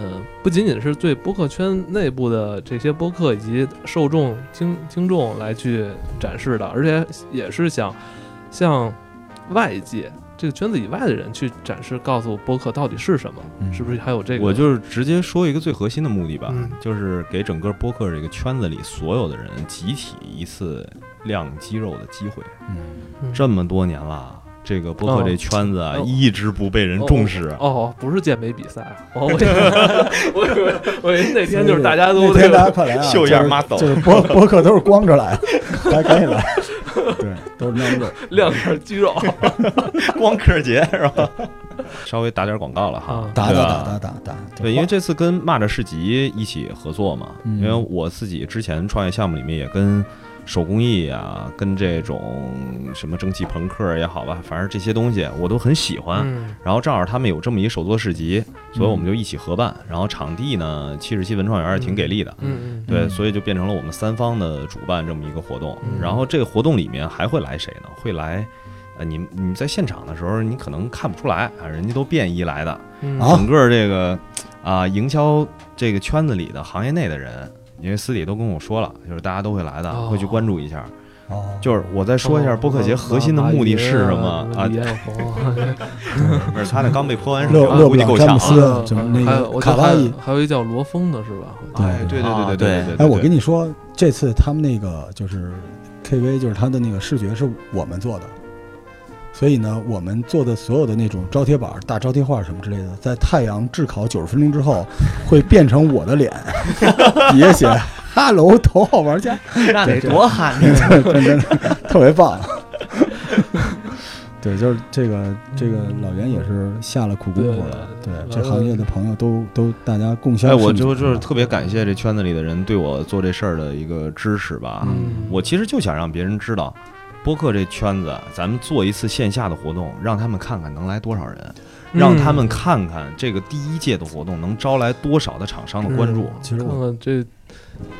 [SPEAKER 1] 嗯，不仅仅是对播客圈内部的这些播客以及受众听听众来去展示的，而且也是想向外界这个圈子以外的人去展示，告诉播客到底是什么，
[SPEAKER 4] 嗯
[SPEAKER 1] 是不是还有这个？
[SPEAKER 2] 我就是直接说一个最核心的目的吧，
[SPEAKER 1] 嗯
[SPEAKER 2] 就是给整个播客这个圈子里所有的人集体一次亮肌肉的机会。
[SPEAKER 4] 嗯，
[SPEAKER 1] 嗯
[SPEAKER 2] 这么多年了，这个播客这圈子啊，
[SPEAKER 1] 哦
[SPEAKER 2] 一直不被人重视。
[SPEAKER 1] 哦，不是健美比赛，哦、我以 为我以为我以为那天就是大家都
[SPEAKER 4] 那天大
[SPEAKER 1] 个
[SPEAKER 4] 家快来啊，
[SPEAKER 2] 秀一下 muscle
[SPEAKER 4] 就是就是 播播客都是光着来，啊来赶紧来，对，都是那
[SPEAKER 2] 啊
[SPEAKER 4] 个
[SPEAKER 1] 亮点肌 肉，啊
[SPEAKER 2] 光科节是吧？ 稍微打点广告了哈
[SPEAKER 1] 啊，
[SPEAKER 4] 打
[SPEAKER 2] 对
[SPEAKER 4] 打
[SPEAKER 2] 吧
[SPEAKER 4] 打打打打，
[SPEAKER 2] 对，因为这次跟骂着市集一起合作嘛，
[SPEAKER 4] 嗯
[SPEAKER 2] 因为我自己之前创业项目里面也跟手工艺啊，跟这种什么蒸汽朋克也好吧，反正这些东西我都很喜欢。
[SPEAKER 1] 嗯
[SPEAKER 2] 然后正好他们有这么一手作市集，所以我们就一起合办。然后场地呢，七十七文创园也挺给力的，
[SPEAKER 1] 嗯嗯
[SPEAKER 2] 对，
[SPEAKER 4] 嗯
[SPEAKER 2] 所以就变成了我们三方的主办这么一个活动。
[SPEAKER 1] 嗯
[SPEAKER 2] 然后这个活动里面还会来谁呢？会来，呃，你你在现场的时候，你可能看不出来啊，人家都便衣来的，
[SPEAKER 1] 嗯
[SPEAKER 4] 啊
[SPEAKER 2] 整个这个啊、营销这个圈子里的行业内的人，因为私底都跟我说了，就是大家都会来的，
[SPEAKER 1] 哦
[SPEAKER 2] 会去关注一下。
[SPEAKER 4] 哦，
[SPEAKER 2] 就是我再说一下播客节核心的目的是什么啊？
[SPEAKER 1] 李彦宏，
[SPEAKER 2] 不 是，他那刚被泼完水，
[SPEAKER 4] 勒勒
[SPEAKER 2] 估
[SPEAKER 4] 布
[SPEAKER 2] 计够
[SPEAKER 4] 朗詹
[SPEAKER 2] 呛
[SPEAKER 4] 姆
[SPEAKER 2] 啊。
[SPEAKER 4] 斯就是那
[SPEAKER 1] 还有
[SPEAKER 4] 个
[SPEAKER 1] 我
[SPEAKER 4] 卡
[SPEAKER 1] 看
[SPEAKER 4] 哇伊，
[SPEAKER 1] 还有一叫罗峰的是吧？
[SPEAKER 4] 对
[SPEAKER 2] 哎，对对
[SPEAKER 3] 啊
[SPEAKER 2] 对
[SPEAKER 3] 对
[SPEAKER 2] 对对。
[SPEAKER 4] 哎，我跟
[SPEAKER 2] 你
[SPEAKER 4] 你说，这次他们那个就是 KV，就是他的那个视觉是我们做的，所以呢，我们做的所有的那种招贴板、大招贴画什么之类的，在太阳炙烤九十分钟之后，会变成我的脸， 底下写 “hello 头号玩家
[SPEAKER 3] 那得多啊寒碜！”，
[SPEAKER 4] 真真的特别棒。对，就是这个这个老袁也是下了苦功夫了。对
[SPEAKER 1] 对
[SPEAKER 4] 这行业的朋友都都大家共享。
[SPEAKER 2] 哎，我就
[SPEAKER 4] 啊
[SPEAKER 2] 就是特别感谢这圈子里的人对我做这事儿的一个支持吧。
[SPEAKER 1] 嗯
[SPEAKER 2] 我其实就想让别人知道，播客这圈子啊，咱们做一次线下的活动，让他们看看能来多少人，
[SPEAKER 4] 嗯
[SPEAKER 2] 让他
[SPEAKER 1] 嗯
[SPEAKER 2] 们看看这个第一届的活动能招来多少的厂商的关注。
[SPEAKER 4] 嗯其实
[SPEAKER 1] 看
[SPEAKER 4] 我
[SPEAKER 1] 看这，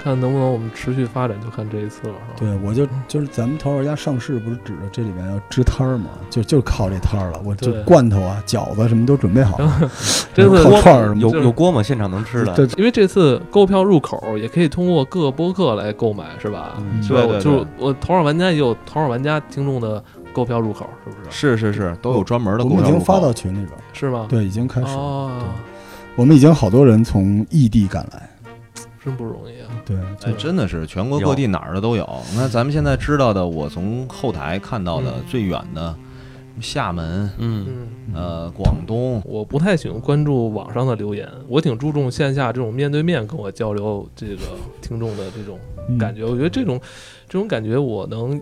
[SPEAKER 1] 看能不能我们持续发展，就看这一次了。啊是吧
[SPEAKER 4] 对我就就是咱们头玩家上市不是指着这里面要支摊儿嘛，就就靠这摊儿了。我就
[SPEAKER 1] 对
[SPEAKER 4] 罐头啊、饺子什么都准备好了，
[SPEAKER 1] 真的
[SPEAKER 4] 然后烤串儿什么
[SPEAKER 3] 有
[SPEAKER 1] 就是
[SPEAKER 3] 有锅吗？现场能吃的？
[SPEAKER 4] 对
[SPEAKER 1] 因为这次购票入口也可以通过各个播客来购买，是吧？
[SPEAKER 4] 嗯
[SPEAKER 1] 是吧？
[SPEAKER 2] 对对
[SPEAKER 1] 我
[SPEAKER 2] 对
[SPEAKER 1] 就是我头号玩家也有头号玩家听众的购票入口，是不是？
[SPEAKER 2] 是是是，都有专门的
[SPEAKER 4] 我
[SPEAKER 2] 公
[SPEAKER 4] 们已
[SPEAKER 2] 交
[SPEAKER 4] 经
[SPEAKER 2] 入
[SPEAKER 4] 发到
[SPEAKER 2] 口。
[SPEAKER 4] 群里边儿，
[SPEAKER 1] 是吗？，
[SPEAKER 4] 对，已经开始了。
[SPEAKER 1] 哦，
[SPEAKER 4] 我们已经好多人从异地赶来，
[SPEAKER 1] 真不容易啊！
[SPEAKER 4] 对，
[SPEAKER 2] 哎，
[SPEAKER 4] 就
[SPEAKER 2] 真的是全国各地哪儿的都有。你看咱们现在知道的，我从后台看到的
[SPEAKER 1] 嗯
[SPEAKER 2] 最远的，厦门、
[SPEAKER 3] 嗯，
[SPEAKER 1] 嗯，
[SPEAKER 2] 呃广东，
[SPEAKER 1] 我不太喜欢关注网上的留言，我挺注重线下这种面对面跟我交流这个听众的这种
[SPEAKER 4] 嗯
[SPEAKER 1] 感觉。我觉得这种这种感觉我能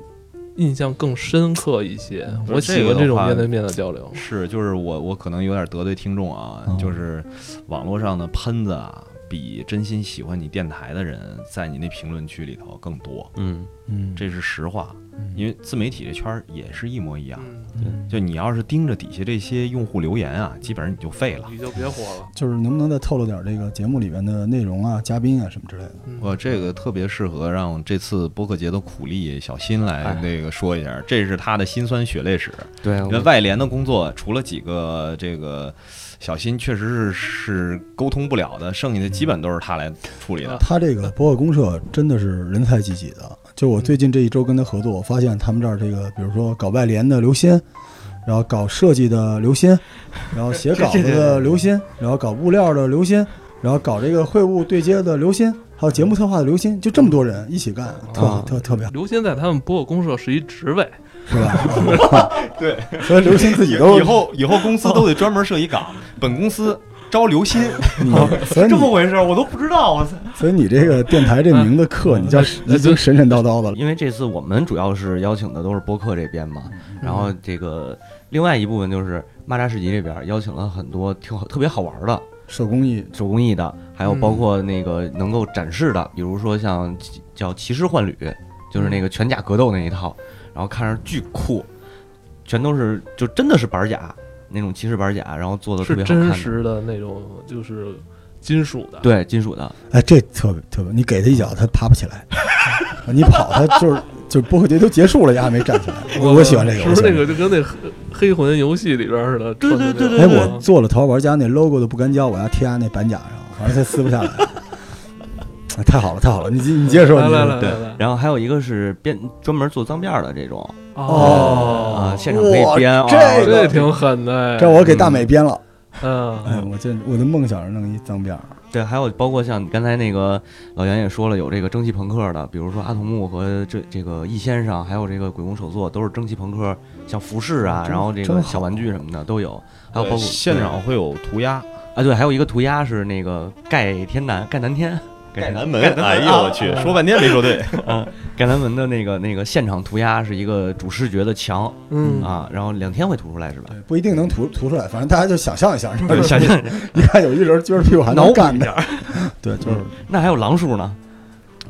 [SPEAKER 1] 印象更深刻一些。
[SPEAKER 2] 不
[SPEAKER 1] 我
[SPEAKER 2] 是这
[SPEAKER 1] 喜欢
[SPEAKER 2] 个的
[SPEAKER 1] 这种
[SPEAKER 2] 话
[SPEAKER 1] 面对面的交流。
[SPEAKER 2] 是，啊就是我我可能有点得罪听众啊，
[SPEAKER 4] 嗯
[SPEAKER 2] 就是网络上的喷子啊，比真心喜欢你电台的人在你那评论区里头更多，
[SPEAKER 3] 嗯，
[SPEAKER 4] 嗯，
[SPEAKER 2] 这是实话。因为自媒体这圈儿也是一模一样，
[SPEAKER 1] 嗯，
[SPEAKER 4] 嗯
[SPEAKER 2] 就你要是盯着底下这些用户留言啊，基本上你就废了。
[SPEAKER 1] 你就别火了。
[SPEAKER 4] 就是能不能再透露点这个节目里面的内容啊、嘉宾啊什么之类的？
[SPEAKER 1] 嗯
[SPEAKER 2] 我这个特别适合让这次播客节的苦力小新来那个说一下，这是他的辛酸血泪史。
[SPEAKER 3] 对，啊
[SPEAKER 2] 因为
[SPEAKER 3] 我
[SPEAKER 2] 外联的工作，除了几个这个小新确实是是沟通不了的，剩下的基本都是他来处理
[SPEAKER 3] 嗯
[SPEAKER 2] 的。
[SPEAKER 4] 他这个博客公社真的是人才济济的。就我最近这一周跟他合作，我发现他们这儿这个，比如说搞外联的刘鑫，然后搞设计的刘鑫，然后写稿子的 刘鑫，然后搞物料的刘鑫，然后搞这个会务对接的刘鑫，还有节目策划的刘鑫，就这么多人一起干，特
[SPEAKER 3] 啊
[SPEAKER 4] 特特别好，
[SPEAKER 1] 刘鑫在他们播客公社是一职位，
[SPEAKER 4] 是吧？
[SPEAKER 2] 对，
[SPEAKER 4] 所以刘鑫自己都
[SPEAKER 2] 以后以后公司都得专门设一岗， 本公司招刘 鑫。
[SPEAKER 4] 你，所以
[SPEAKER 3] 这
[SPEAKER 4] 你
[SPEAKER 3] 么回事儿，我都不知道，我
[SPEAKER 2] 啊
[SPEAKER 3] 操！
[SPEAKER 4] 所以你这个电台这名字刻，你叫已经神神叨叨的了。
[SPEAKER 3] 因为这次我们主要是邀请的都是播客这边嘛，
[SPEAKER 1] 嗯
[SPEAKER 3] 嗯然后这个另外一部分就是蚂蚱市集这边邀请了很多挺好、特别好玩的
[SPEAKER 4] 手工艺，
[SPEAKER 3] 手工艺的，还有包
[SPEAKER 1] 嗯
[SPEAKER 3] 括那个能够展示的，比如说像骑叫骑士幻旅，就是
[SPEAKER 1] 嗯
[SPEAKER 3] 那个全甲格斗那一套，然后看着巨酷，全都是就真的是板甲那种骑士板甲，然后做的特
[SPEAKER 1] 是
[SPEAKER 3] 别好看
[SPEAKER 1] 真
[SPEAKER 3] 的，
[SPEAKER 1] 实的那种，就是金属的。
[SPEAKER 3] 对金属的，
[SPEAKER 4] 哎，这特别特别，你给他一脚，他爬不起来；你跑，他就是就是播客节都结束了，也还没站起来。我我喜欢这个，
[SPEAKER 1] 是不
[SPEAKER 4] 我喜
[SPEAKER 1] 是
[SPEAKER 4] 欢
[SPEAKER 1] 那个就跟那黑黑魂游戏里边似的？
[SPEAKER 3] 对对对
[SPEAKER 1] 穿的那哦
[SPEAKER 4] 这个哎，
[SPEAKER 1] 种
[SPEAKER 4] 我做了《头号玩家》那 logo 都不干胶，我要贴在那板甲上，反正它撕不下来。哎太好了，太好了！你接你接着说，
[SPEAKER 1] 来
[SPEAKER 4] 你接
[SPEAKER 1] 来
[SPEAKER 4] 着
[SPEAKER 1] 来
[SPEAKER 4] 说
[SPEAKER 1] 来来，
[SPEAKER 3] 然后还有一个是编专门做脏辫儿的这种哦啊、
[SPEAKER 1] 哦，
[SPEAKER 3] 现场可以
[SPEAKER 4] 哇
[SPEAKER 3] 编啊，
[SPEAKER 4] 这
[SPEAKER 1] 这挺狠的哎。
[SPEAKER 4] 这我给大美编了。
[SPEAKER 1] 嗯，
[SPEAKER 4] 哎，我这我的梦想是弄一脏辫儿，
[SPEAKER 3] 对，还有包括像你刚才那个老袁也说了，有这个蒸汽朋克的，比如说阿童木和这这个易先生，还有这个鬼工手作，都是蒸汽朋克，像服饰啊，
[SPEAKER 4] 真
[SPEAKER 3] 然后这
[SPEAKER 4] 真
[SPEAKER 3] 个
[SPEAKER 4] 好
[SPEAKER 3] 小玩具什么的都有，还有包
[SPEAKER 2] 呃
[SPEAKER 3] 括
[SPEAKER 2] 现场会有涂鸦，
[SPEAKER 3] 啊，对，还有一个涂鸦是那个盖天南盖南天
[SPEAKER 2] 盖南门。哎呦我去，说半天没说对。
[SPEAKER 3] 盖南门的那个那个现场涂鸦是一个主视觉的墙
[SPEAKER 1] 嗯
[SPEAKER 3] 啊，然后两天会涂出来是吧？
[SPEAKER 4] 对，不一定能涂涂出来，反正大家就想象一下。
[SPEAKER 3] 对，想象
[SPEAKER 4] 你看 有一人撅着屁股还
[SPEAKER 3] 脑
[SPEAKER 4] 能
[SPEAKER 3] 补
[SPEAKER 4] 干
[SPEAKER 3] 一
[SPEAKER 4] 的
[SPEAKER 3] 下，
[SPEAKER 4] 对，就是
[SPEAKER 3] 那还有狼叔呢，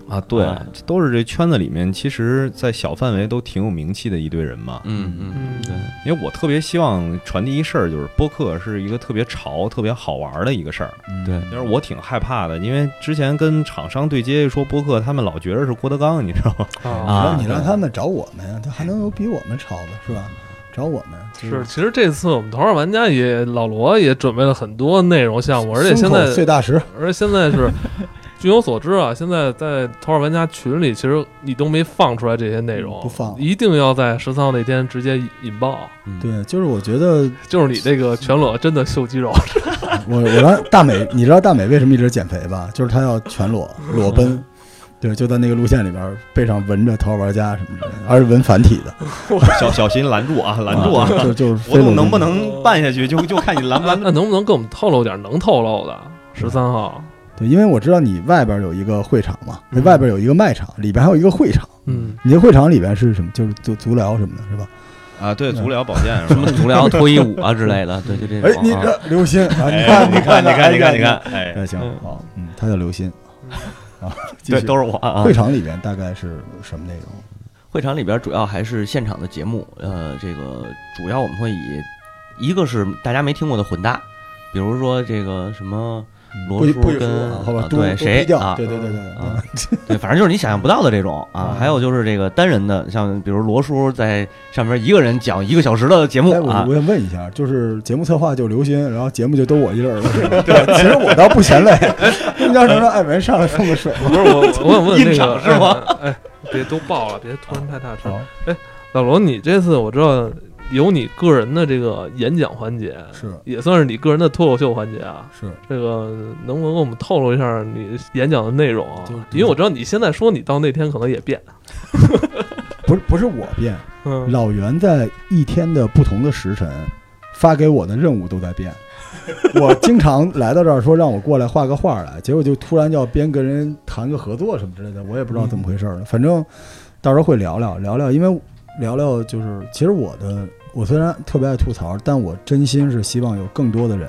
[SPEAKER 2] 啊， 对
[SPEAKER 3] 啊，
[SPEAKER 2] 这都是这圈子里面，其实，在小范围都挺有名气的一堆人嘛。
[SPEAKER 3] 嗯嗯，
[SPEAKER 1] 嗯，
[SPEAKER 3] 对，
[SPEAKER 2] 因为我特别希望传递一事儿，就是播客是一个特别潮、特别好玩的一个事儿。
[SPEAKER 3] 对
[SPEAKER 4] 嗯
[SPEAKER 2] 就是我挺害怕的，因为之前跟厂商对接说播客，他们老觉着是郭德纲，你知道吗？
[SPEAKER 1] 啊，
[SPEAKER 3] 啊
[SPEAKER 4] 让你让他们找我们呀，他还能有比我们潮的是吧？找我们
[SPEAKER 1] 是。其实这次我们头号玩家也老罗也准备了很多内容项目，而且现
[SPEAKER 4] 松口
[SPEAKER 1] 在
[SPEAKER 4] 碎大石，
[SPEAKER 1] 而现在是，据我所知啊，现在在头号玩家群里，其实你都没放出来这些内容，
[SPEAKER 4] 不放
[SPEAKER 1] 一定要在十三号那天直接引爆。
[SPEAKER 4] 对，就是我觉 得
[SPEAKER 1] 就是你这个全裸真的秀肌肉，
[SPEAKER 4] 嗯我我让大美，你知道大美为什么一直减肥吧？就是她要全裸裸奔，对，就在那个路线里边，背上纹着《头号玩家》什么之类的，而是纹繁体的，
[SPEAKER 2] 小小心拦住啊，拦住啊！
[SPEAKER 4] 就就是
[SPEAKER 2] 活
[SPEAKER 4] 非得
[SPEAKER 2] 动能不
[SPEAKER 1] 哦
[SPEAKER 2] 能办下去，就就看
[SPEAKER 4] 啊
[SPEAKER 2] 你拦不
[SPEAKER 1] 那
[SPEAKER 2] 拦得
[SPEAKER 1] 那
[SPEAKER 2] 住。
[SPEAKER 1] 能不能给我们透露点儿能透露的？十三号，
[SPEAKER 4] 对，因为我知道你外边有一个会场嘛，
[SPEAKER 1] 嗯
[SPEAKER 4] 外边有一个卖场，里边还有一个会场。
[SPEAKER 1] 嗯，
[SPEAKER 4] 你这会场里边是什么？就是足足疗什么的，是吧？
[SPEAKER 2] 啊，对，
[SPEAKER 4] 嗯
[SPEAKER 2] 足疗保健是
[SPEAKER 3] 什么
[SPEAKER 2] 吧？
[SPEAKER 3] 足疗、脱衣舞啊之类的，对，就这
[SPEAKER 4] 哎，你
[SPEAKER 3] 种啊。
[SPEAKER 4] 这刘鑫 啊，你
[SPEAKER 2] 哎
[SPEAKER 4] 看，
[SPEAKER 2] 你看，你看，
[SPEAKER 4] 你
[SPEAKER 2] 你看，你
[SPEAKER 4] 你
[SPEAKER 2] 看，，哎，
[SPEAKER 4] 那行
[SPEAKER 1] 嗯
[SPEAKER 4] 好，嗯，他叫刘鑫啊，继
[SPEAKER 2] 对，
[SPEAKER 4] 续
[SPEAKER 2] 都是我啊。
[SPEAKER 4] 会场里边大概是什么内容？
[SPEAKER 3] 会场里边主要还是现场的节目，呃，这个主要我们会以一个是大家没听过的混搭，比如说这个什么
[SPEAKER 4] 嗯
[SPEAKER 3] 罗
[SPEAKER 4] 不许
[SPEAKER 3] 叔
[SPEAKER 4] 不许说
[SPEAKER 3] 跟
[SPEAKER 4] 啊，好吧
[SPEAKER 3] 啊，
[SPEAKER 4] 都
[SPEAKER 3] 对
[SPEAKER 4] 都
[SPEAKER 3] 谁
[SPEAKER 4] 低调
[SPEAKER 3] 啊
[SPEAKER 4] 对对对对，
[SPEAKER 3] 啊
[SPEAKER 4] 啊，
[SPEAKER 3] 对，反正就是你想象不到的这种啊
[SPEAKER 4] 啊。
[SPEAKER 3] 还有就是这个单人的，像比如罗叔在上面一个人讲一个小时的节目
[SPEAKER 4] 哎，我
[SPEAKER 3] 啊，
[SPEAKER 4] 我想问一下，就是节目策划就刘鑫，然后节目就都我一人儿了，是吧？ 对，其实我倒不嫌累， 中间能让艾文上来送个水吗？
[SPEAKER 1] 嗯 不是我，我想 问那
[SPEAKER 2] 硬
[SPEAKER 1] 个
[SPEAKER 2] 场是吗？
[SPEAKER 1] 哎，哎别都爆了，别突然太大声。
[SPEAKER 4] 好
[SPEAKER 1] 老罗，你这次我知道有你个人的这个演讲环节，
[SPEAKER 4] 是
[SPEAKER 1] 也算是你个人的脱口秀环节啊。
[SPEAKER 4] 是，
[SPEAKER 1] 这个能不能给我们透露一下你演讲的内容啊
[SPEAKER 4] 就是？
[SPEAKER 1] 因为我知道你现在说你到那天可能也变，
[SPEAKER 4] 不是不是我变，
[SPEAKER 1] 嗯，
[SPEAKER 4] 老袁在一天的不同的时辰发给我的任务都在变。我经常来到这儿说让我过来画个画来，结果就突然要边跟人谈个合作什么之类的，我也不知道怎么回事儿了。反正到时候会聊聊聊聊，因为聊聊就是其实我的我虽然特别爱吐槽，但我真心是希望有更多的人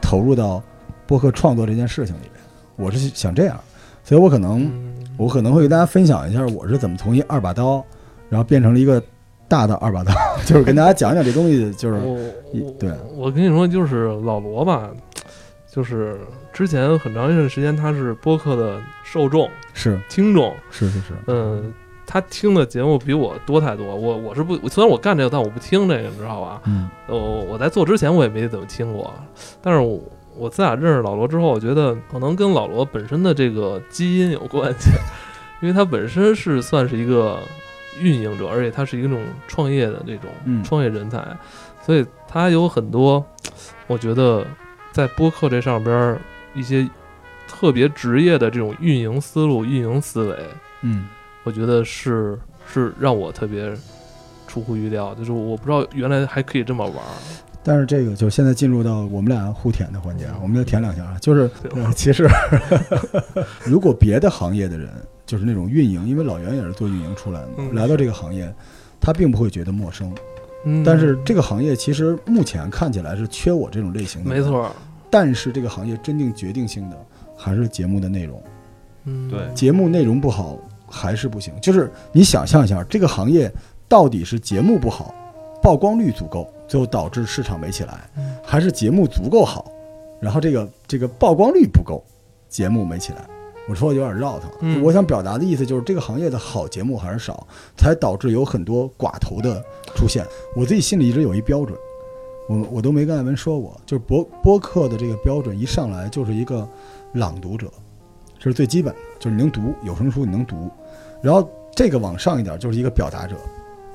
[SPEAKER 4] 投入到播客创作这件事情里面。我是想这样，所以我可能
[SPEAKER 1] 嗯
[SPEAKER 4] 我可能会给大家分享一下我是怎么从一二把刀，然后变成了一个大的二把刀， 就是跟大家讲讲这东西，就是
[SPEAKER 1] 我
[SPEAKER 4] 一
[SPEAKER 1] 我
[SPEAKER 4] 对
[SPEAKER 1] 我跟你说，就是老罗吧，就是之前很长一段时间他是播客的受众
[SPEAKER 4] 是
[SPEAKER 1] 听众，
[SPEAKER 4] 是是是，
[SPEAKER 1] 嗯，他听的节目比我多太多。我我是不，虽然我干这个，但我不听这个，你知道吧？
[SPEAKER 4] 嗯，
[SPEAKER 1] 我我在做之前我也没怎么听过，但是我我自打认识老罗之后，我觉得可能跟老罗本身的这个基因有关系， 因为他本身是算是一个运营者，而且他是一个那种创业的这种
[SPEAKER 4] 嗯
[SPEAKER 1] 创业人才，所以他有很多，我觉得在播客这上边儿一些特别职业的这种运营思路、运营思维，
[SPEAKER 4] 嗯，
[SPEAKER 1] 我觉得是是让我特别出乎预料，就是我不知道原来还可以这么玩儿。
[SPEAKER 4] 但是这个就现在进入到我们俩互舔的环节啊，我们就舔两下啊，就是
[SPEAKER 1] 对
[SPEAKER 4] 呃其 实如果别的行业的人，就是那种运营，因为老袁也是做运营出来的嘛，
[SPEAKER 1] 嗯
[SPEAKER 4] 来到这个行业，他并不会觉得陌生，
[SPEAKER 1] 嗯，
[SPEAKER 4] 但是这个行业其实目前看起来是缺我这种类型的，
[SPEAKER 1] 没，错，
[SPEAKER 4] 但是这个行业真正决定性的还是节目的内容。
[SPEAKER 1] 嗯，
[SPEAKER 2] 对
[SPEAKER 4] 节目内容不好还是不行。就是你想象一下，这个行业到底是节目不好，曝光率足够，最后导致市场没起来
[SPEAKER 1] 嗯，
[SPEAKER 4] 还是节目足够好，然后这个这个曝光率不够，节目没起来。我说的有点绕腾，
[SPEAKER 1] 嗯
[SPEAKER 4] 我想表达的意思就是这个行业的好节目还是少，才导致有很多寡头的出现。我自己心里一直有一标准，我我都没跟艾文说过，就是播播客的这个标准一上来就是一个朗读者，这是最基本的，就是你能读有声书，你能读，然后这个往上一点就是一个表达者，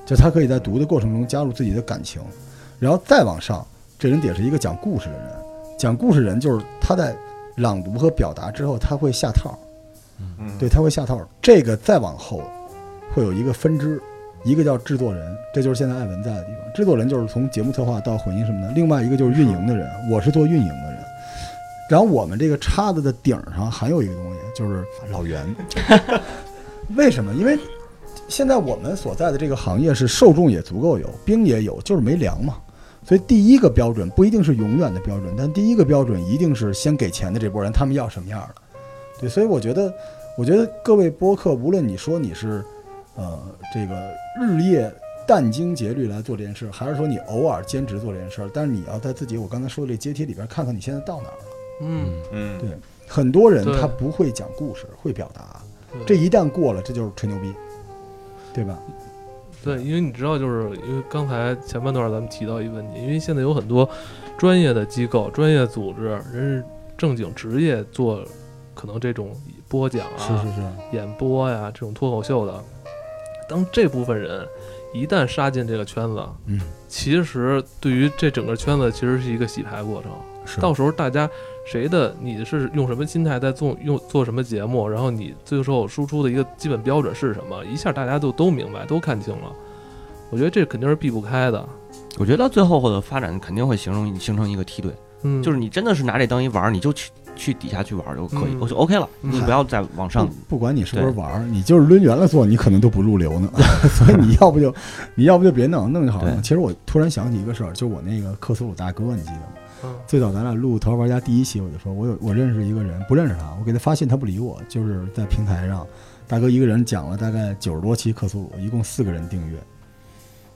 [SPEAKER 4] 就他可以在读的过程中加入自己的感情，然后再往上，这人得是一个讲故事的人，讲故事人就是他在朗读和表达之后，他会下套，
[SPEAKER 2] 嗯
[SPEAKER 4] 对，，他会下套。这个再往后，会有一个分支，一个叫制作人，这就是现在艾文在的地方。制作人就是从节目策划到混音什么的，另外一个就是运营的人，我是做运营的人。然后我们这个叉子的顶上还有一个东西，就是老袁。 为什么？因为现在我们所在的这个行业是受众也足够有，兵也有，就是没粮嘛。所以第一个标准不一定是永远的标准，但第一个标准一定是先给钱的这波人，他们要什么样的。对，所以我觉得，我觉得各位播客，无论你说你是，呃，这个日夜殚精竭虑来做这件事，还是说你偶尔兼职做这件事，但是你要在自己我刚才说的这阶梯里边看看你现在到哪儿了。
[SPEAKER 1] 嗯，
[SPEAKER 2] 嗯，
[SPEAKER 4] 很多人
[SPEAKER 1] 对
[SPEAKER 4] 他不会讲故事，会表达，
[SPEAKER 1] 对
[SPEAKER 4] 这一旦过了，这就是吹牛逼，对吧？
[SPEAKER 1] 对，因为你知道，就是因为刚才前半段咱们提到一个问题，因为现在有很多专业的机构、专业组织，人是正经职业做，可能这种播讲啊、
[SPEAKER 4] 是，
[SPEAKER 1] 演播呀、这种脱口秀的，当这部分人一旦杀进这个圈子，
[SPEAKER 4] 嗯，
[SPEAKER 1] 其实对于这整个圈子其实是一个洗牌过程。
[SPEAKER 4] 是
[SPEAKER 1] 到时候大家谁的你是用什么心态在做用做什么节目，然后你最后输出的一个基本标准是什么，一下大家就都明白，都看清了。我觉得这肯定是避不开的，
[SPEAKER 3] 我觉得到最后的发展肯定会形成形成一个梯队，
[SPEAKER 1] 嗯，
[SPEAKER 3] 就是你真的是拿这当一玩儿，你就去去底下去玩儿就可以，
[SPEAKER 1] 嗯
[SPEAKER 3] 我就 OK 了，
[SPEAKER 1] 嗯
[SPEAKER 3] 你不要再往上
[SPEAKER 4] 不。不管你是不是玩儿，你就是抡圆了做，你可能都不入流 呢。所以你要不就，你要不就别弄，弄就好了
[SPEAKER 3] 对。
[SPEAKER 4] 其实我突然想起一个事儿，就我那个克苏鲁大哥，你记得吗？
[SPEAKER 1] 嗯
[SPEAKER 4] 最早咱俩录《头号玩家》第一期，我就说我有我认识一个人，不认识他，我给他发信，他不理我，就是在平台上，大哥一个人讲了大概九十多期克苏鲁，一共四个人订阅，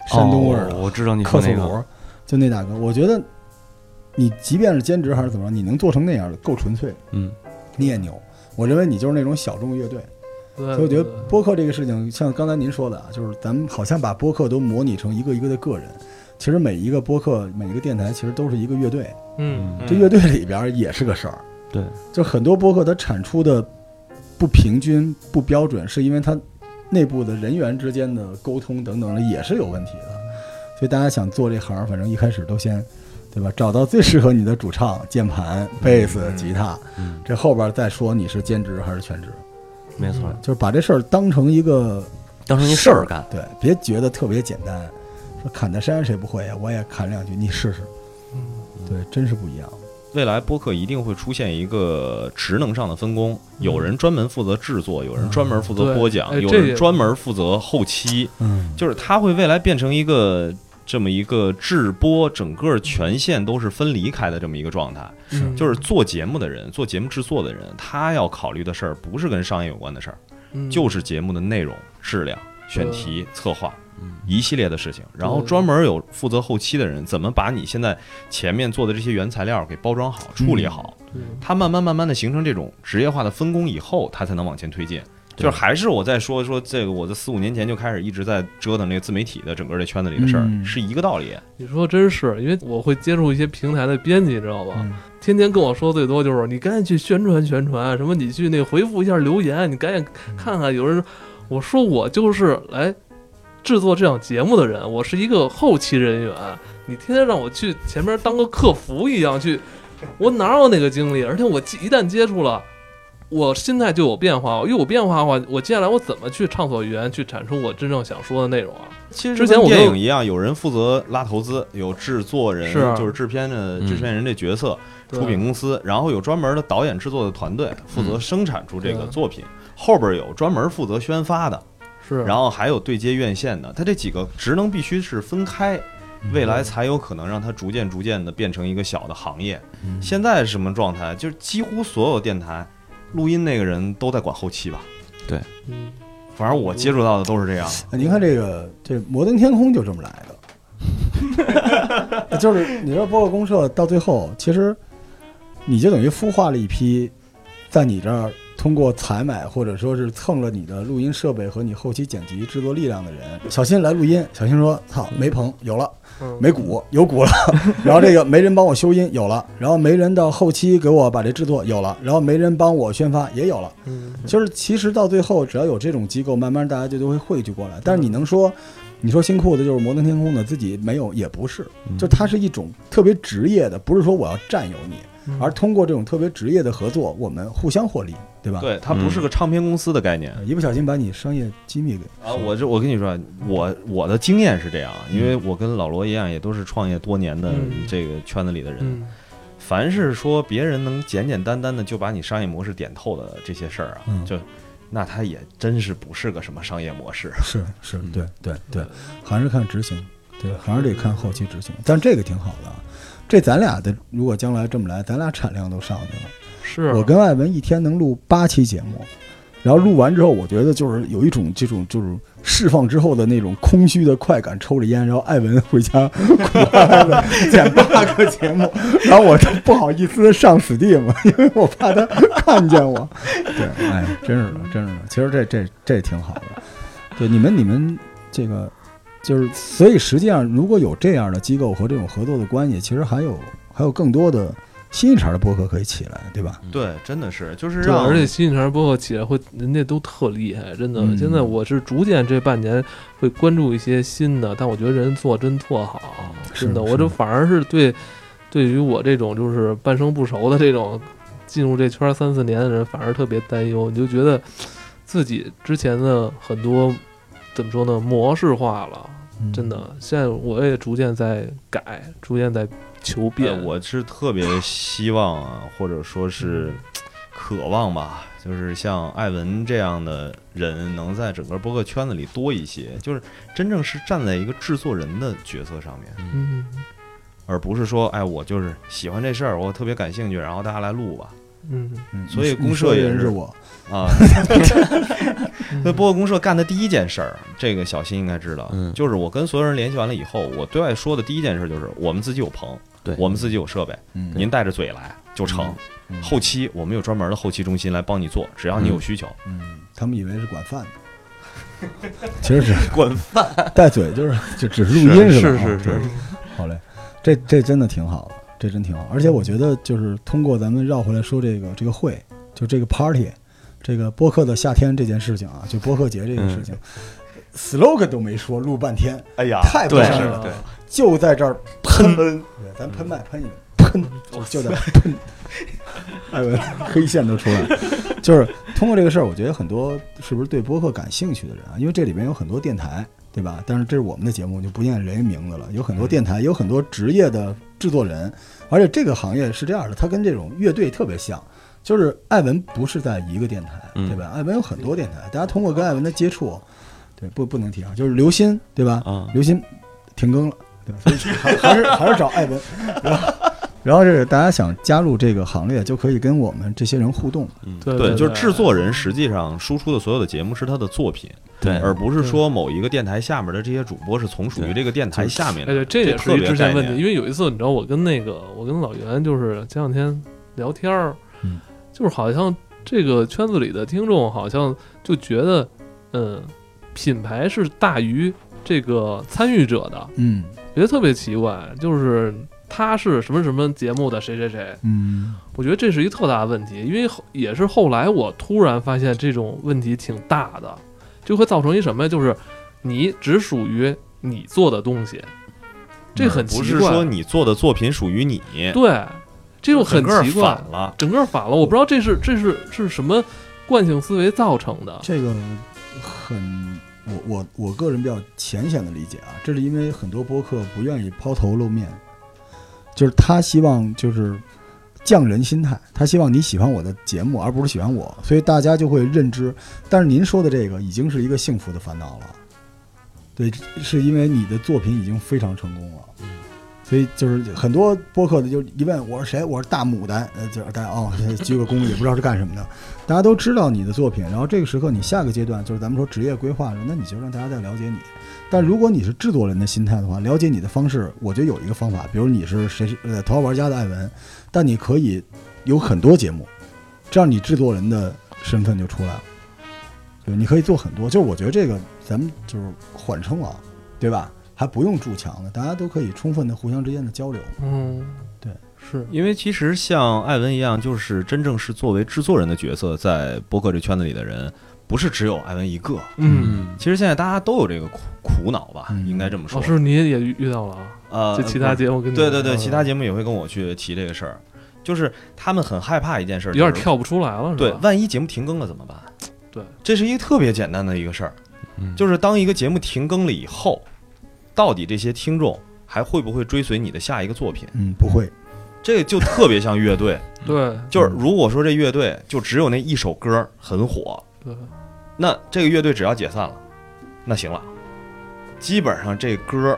[SPEAKER 4] 山东味儿的、
[SPEAKER 3] 哦我知道你
[SPEAKER 4] 克
[SPEAKER 3] 说
[SPEAKER 4] 苏
[SPEAKER 3] 那
[SPEAKER 4] 鲁，
[SPEAKER 3] 个，
[SPEAKER 4] 就那大哥，我觉得你即便是兼职还是怎么着，你能做成那样的够纯粹，
[SPEAKER 3] 嗯，
[SPEAKER 4] 你也牛。我认为你就是那种小众乐队，
[SPEAKER 1] 对，
[SPEAKER 3] 嗯
[SPEAKER 4] 所以我觉得
[SPEAKER 1] 对
[SPEAKER 4] 播客这个事情，像刚才您说的啊，就是咱们好像把播客都模拟成一个一个的个人，其实每一个播客、每一个电台其实都是一个乐队，
[SPEAKER 1] 嗯，
[SPEAKER 4] 这乐队里边儿也是个事儿。
[SPEAKER 3] 对，
[SPEAKER 4] 就很多播客它产出的不平均、不标准，是因为它内部的人员之间的沟通等等的也是有问题的。所以大家想做这行儿，反正一开始都先，对吧？找到最适合你的主唱、键盘、贝斯、吉他，
[SPEAKER 3] 嗯，
[SPEAKER 4] 这后边儿再说你是兼职还是全职，
[SPEAKER 3] 没错，
[SPEAKER 4] 就是把这事儿当成一个
[SPEAKER 3] 当成一事儿干，
[SPEAKER 4] 对，别觉得特别简单。说砍大山谁不会啊呀？我也砍两句，你试试。
[SPEAKER 1] 嗯
[SPEAKER 4] 对，真是不一样。
[SPEAKER 2] 未来播客一定会出现一个职能上的分工，有人专门负责制作，有人专门负责
[SPEAKER 1] 嗯对
[SPEAKER 2] 播讲，
[SPEAKER 1] 哎
[SPEAKER 2] 有
[SPEAKER 1] 这也
[SPEAKER 2] 人专门负责后期，
[SPEAKER 4] 嗯，
[SPEAKER 2] 就是它会未来变成一个这么一个制播整个权限都是分离开的这么一个状态。
[SPEAKER 1] 嗯
[SPEAKER 2] 就是做节目的人，做节目制作的人，他要考虑的事儿不是跟商业有关的事儿，
[SPEAKER 1] 嗯
[SPEAKER 2] 就是节目的内容、质量、选题、策划。
[SPEAKER 3] 嗯，
[SPEAKER 2] 一系列的事情，然后
[SPEAKER 1] 对
[SPEAKER 2] 专门有负责后期的人，怎么把你现在前面做的这些原材料给包装好、处理好，
[SPEAKER 1] 嗯
[SPEAKER 2] 它慢慢慢慢的形成这种职业化的分工以后，它才能往前推进。就是
[SPEAKER 3] 对
[SPEAKER 2] 还是我在说说这个，我在四五年前就开始一直在折腾这个自媒体的整个这圈子里的事儿，
[SPEAKER 4] 嗯
[SPEAKER 2] 是一个道理。
[SPEAKER 1] 你说真是，因为我会接触一些平台的编辑，你知道吧？
[SPEAKER 4] 嗯
[SPEAKER 1] 天天跟我说最多就是你赶紧去宣传宣传，什么你去那回复一下留言，你赶紧
[SPEAKER 4] 嗯
[SPEAKER 1] 看看有人。我说我就是来制作这档节目的人，我是一个后期人员，你天天让我去前面当个客服一样去，我哪有那个精力？而且我一旦接触了。我心态就有变化，因为有变化的话，我接下来我怎么去畅所欲言，去产出我真正想说的内容啊？
[SPEAKER 2] 其实
[SPEAKER 1] 之前
[SPEAKER 2] 跟
[SPEAKER 1] 我
[SPEAKER 2] 电
[SPEAKER 1] 都
[SPEAKER 2] 影一样，有人负责拉投资，有制作人，
[SPEAKER 1] 是
[SPEAKER 2] 就是制片的
[SPEAKER 3] 嗯
[SPEAKER 2] 制片人这角色，
[SPEAKER 1] 对
[SPEAKER 2] 出品公司，然后有专门的导演制作的团队负责生产出这个
[SPEAKER 1] 对
[SPEAKER 2] 作品，后边有专门负责宣发的，
[SPEAKER 1] 是，啊
[SPEAKER 2] 然后还有对接院线的，它这几个职能必须是分开，未来才有可能让它逐渐逐渐的变成一个小的行业。现在是什么状态？就是几乎所有电台录音那个人都在管后期吧，
[SPEAKER 1] 嗯
[SPEAKER 2] 反正我接触到的都是这样。
[SPEAKER 4] 啊，您看这个这《摩登天空》就这么来的， 就是你说播客公社到最后，其实你就等于孵化了一批在你这儿通过采买或者说是蹭了你的录音设备和你后期剪辑制作力量的人。小新来录音，小新说：“操，没棚有了，
[SPEAKER 1] 嗯
[SPEAKER 4] 没鼓有鼓了， 然后这个没人帮我修音有了，然后没人到后期给我把这制作有了，然后没人帮我宣发也有了。”
[SPEAKER 1] 嗯
[SPEAKER 4] 就是其实到最后，只要有这种机构，慢慢大家就都会汇聚过来。但是你能说，你说新裤子就是摩登天空的，自己没有也不是，就它是一种特别职业的，不是说我要占有你，
[SPEAKER 1] 嗯
[SPEAKER 4] 而通过这种特别职业的合作，我们互相获利，对吧？， 呃
[SPEAKER 2] 对，它不是个唱片公司的概念。
[SPEAKER 4] 一不小心把你商业机密给
[SPEAKER 2] 啊，我这我跟你说啊，我我的经验是这样，因为我跟老罗一样，也都是创业多年的
[SPEAKER 1] 嗯
[SPEAKER 2] 这个圈子里的人。
[SPEAKER 1] 嗯
[SPEAKER 2] 凡是说别人能简简单单的就把你商业模式点透的这些事儿啊，
[SPEAKER 4] 嗯
[SPEAKER 2] 就那他也真是不是个什么商业模式。
[SPEAKER 4] 是是，对对嗯对，还是看执行，对，还是得看后期执行。但这个挺好的啊，这咱俩的如果将来这么来，咱俩产量都上去了。
[SPEAKER 1] 是
[SPEAKER 4] 我跟艾文一天能录八期节目，然后录完之后，我觉得就是有一种这种就是释放之后的那种空虚的快感，抽着烟，然后艾文回家 苦哈哈的剪八个节目，然后我就不好意思上 Steam，因 为我怕他看见我。对，哎，真是的，真是的，其实这这这挺好的。对，你们你们这个就是，所以实际上如果有这样的机构和这种合作的关系，其实还有还有更多的新一茬的播客可以起来，对吧？
[SPEAKER 2] 对，真的是，就是
[SPEAKER 1] 对，
[SPEAKER 2] 让呃
[SPEAKER 1] 而且新一茬播客起来会，人家都特厉害，真的。
[SPEAKER 4] 嗯
[SPEAKER 1] 现在我是逐渐这半年会关注一些新的，但我觉得人做真做好，
[SPEAKER 4] 是
[SPEAKER 1] 真的。
[SPEAKER 4] 是
[SPEAKER 1] 我这反而是对对于我这种就是半生不熟的这种进入这圈儿三四年的人，反而特别担忧。你就觉得自己之前的很多怎么说呢，模式化了，
[SPEAKER 4] 嗯
[SPEAKER 1] 真的。现在我也逐渐在改，逐渐在求变。
[SPEAKER 2] 呃我是特别希望啊，或者说是渴望吧，就是像艾文这样的人，能在整个播客圈子里多一些，就是真正是站在一个制作人的角色上面，
[SPEAKER 1] 嗯
[SPEAKER 2] 而不是说，哎，我就是喜欢这事儿，我特别感兴趣，然后大家来录吧。
[SPEAKER 1] 嗯
[SPEAKER 4] 嗯
[SPEAKER 2] 所以
[SPEAKER 4] 你
[SPEAKER 2] 公
[SPEAKER 4] 你
[SPEAKER 2] 社
[SPEAKER 4] 说的
[SPEAKER 2] 也
[SPEAKER 4] 人
[SPEAKER 2] 是
[SPEAKER 4] 是我，
[SPEAKER 2] 啊，
[SPEAKER 1] 嗯，
[SPEAKER 2] 那播客公社干的第一件事儿，这个小新应该知道，
[SPEAKER 3] 嗯
[SPEAKER 2] 就是我跟所有人联系完了以后，我对外说的第一件事就是，我们自己有棚，
[SPEAKER 3] 对
[SPEAKER 2] 我们自己有设备，
[SPEAKER 4] 嗯
[SPEAKER 2] 您带着嘴来就成。
[SPEAKER 4] 嗯
[SPEAKER 2] 后期我们有专门的后期中心来帮你做，只要你有需求。
[SPEAKER 4] 嗯，他们以为是管饭的，其实是
[SPEAKER 3] 管
[SPEAKER 4] 饭，带嘴就是就只是录音吧？
[SPEAKER 3] 是是
[SPEAKER 4] 啊
[SPEAKER 3] 是
[SPEAKER 4] 对 好嘞，这这真的挺好的，这真挺好。而且我觉得就是通过咱们绕回来说这个这个会，就这个 party，这个播客的夏天这件事情啊，就播客节这个事情、s l o g a n 都没说，录半天
[SPEAKER 2] 哎呀
[SPEAKER 4] 太不
[SPEAKER 3] 对
[SPEAKER 4] 像
[SPEAKER 1] 是
[SPEAKER 4] 样
[SPEAKER 1] 的
[SPEAKER 4] 了，就在这儿喷，对，咱喷麦喷一个，喷就就在 喷，艾文黑线都出来了。就是通过这个事儿，我觉得很多是不是对播客感兴趣的人啊，因为这里边有很多电台，对吧？但是这是我们的节目，就不念人家名字了。有很多电台，有很多职业的制作人，而且这个行业是这样的，它跟这种乐队特别像。就是艾文不是在一个电台，
[SPEAKER 3] 嗯
[SPEAKER 4] 对吧？艾文有很多电台，大家通过跟艾文的接触，对不不能提啊，就是刘鑫，对吧？
[SPEAKER 3] 啊，
[SPEAKER 4] 刘鑫停更了，对吧？所以还还是还是找艾文， 然后然后这个大家想加入这个行列，就可以跟我们这些人互动。
[SPEAKER 1] 对
[SPEAKER 2] 对，就是制作人实际上输出的所有的节目是他的作品，
[SPEAKER 3] 对
[SPEAKER 2] 而不是说某一个电台下面的这些主播是从属于这个电台下面
[SPEAKER 1] 哎，对，
[SPEAKER 2] 的。
[SPEAKER 1] 这也是
[SPEAKER 2] 特
[SPEAKER 1] 一
[SPEAKER 2] 别
[SPEAKER 1] 之前问
[SPEAKER 2] 概
[SPEAKER 1] 题，
[SPEAKER 2] 念
[SPEAKER 1] 因为有一次你知道，我跟那个我跟老袁就是前两天聊天儿，
[SPEAKER 4] 嗯
[SPEAKER 1] 就是好像这个圈子里的听众好像就觉得，嗯，品牌是大于这个参与者的，
[SPEAKER 4] 嗯
[SPEAKER 1] 觉得特别奇怪，就是。他是什么什么节目的谁谁谁？
[SPEAKER 4] 嗯
[SPEAKER 1] 我觉得这是一特大的问题，因为后也是后来我突然发现这种问题挺大的，就会造成一什么呀？就是你只属于你做的东西，这很奇
[SPEAKER 2] 嗯
[SPEAKER 1] 怪。
[SPEAKER 2] 不是说你做的作品属于你，
[SPEAKER 1] 对，这就很
[SPEAKER 2] 整个
[SPEAKER 1] 奇怪
[SPEAKER 2] 反，了。
[SPEAKER 1] 整个反了。我不知道这是这是是什么惯性思维造成的。
[SPEAKER 4] 这个很我我我个人比较浅显的理解啊，这是因为很多播客不愿意抛头露面，就是他希望就是。匠人心态，他希望你喜欢我的节目，而不是喜欢我，所以大家就会认知。但是您说的这个已经是一个幸福的烦恼了，对，是因为你的作品已经非常成功了，所以就是很多播客的就一问我是谁，我是大牡丹，呃，就是大家哦，鞠个躬，也不知道是干什么的，大家都知道你的作品，然后这个时刻你下个阶段就是咱们说职业规划了，那你就让大家再了解你。但如果你是制作人的心态的话，了解你的方式，我觉得有一个方法，比如你是谁是呃头号玩家的艾文，但你可以有很多节目，这样你制作人的身份就出来了。对，你可以做很多，就是我觉得这个咱们就是缓冲啊，对吧？还不用筑墙呢，大家都可以充分的互相之间的交流。
[SPEAKER 1] 嗯，
[SPEAKER 4] 对，
[SPEAKER 1] 是
[SPEAKER 2] 因为其实像艾文一样，就是真正是作为制作人的角色，在播客这圈子里的人，不是只有艾文一个。
[SPEAKER 1] 嗯，
[SPEAKER 2] 其实现在大家都有这个苦苦恼吧，
[SPEAKER 4] 嗯
[SPEAKER 2] 应该这么说。
[SPEAKER 1] 老师你也遇到了啊？
[SPEAKER 2] 呃，
[SPEAKER 1] 就其他
[SPEAKER 2] 不
[SPEAKER 1] 节目跟你
[SPEAKER 2] 对对对，
[SPEAKER 1] 嗯
[SPEAKER 2] 其他节目也会跟我去提这个事儿，就是他们很害怕一件事，
[SPEAKER 1] 有点
[SPEAKER 2] 就是
[SPEAKER 1] 跳不出来了，是吧？
[SPEAKER 2] 对，万一节目停更了怎么办？
[SPEAKER 1] 对，
[SPEAKER 2] 这是一个特别简单的一个事儿，
[SPEAKER 3] 嗯
[SPEAKER 2] 就是当一个节目停更了以后，到底这些听众还会不会追随你的下一个作品？
[SPEAKER 4] 嗯，不会，
[SPEAKER 2] 这就特别像乐队，
[SPEAKER 1] 对
[SPEAKER 2] 就是
[SPEAKER 4] 嗯
[SPEAKER 2] 如果说这乐队就只有那一首歌很火，
[SPEAKER 1] 对，
[SPEAKER 2] 那这个乐队只要解散了，那行了，基本上这歌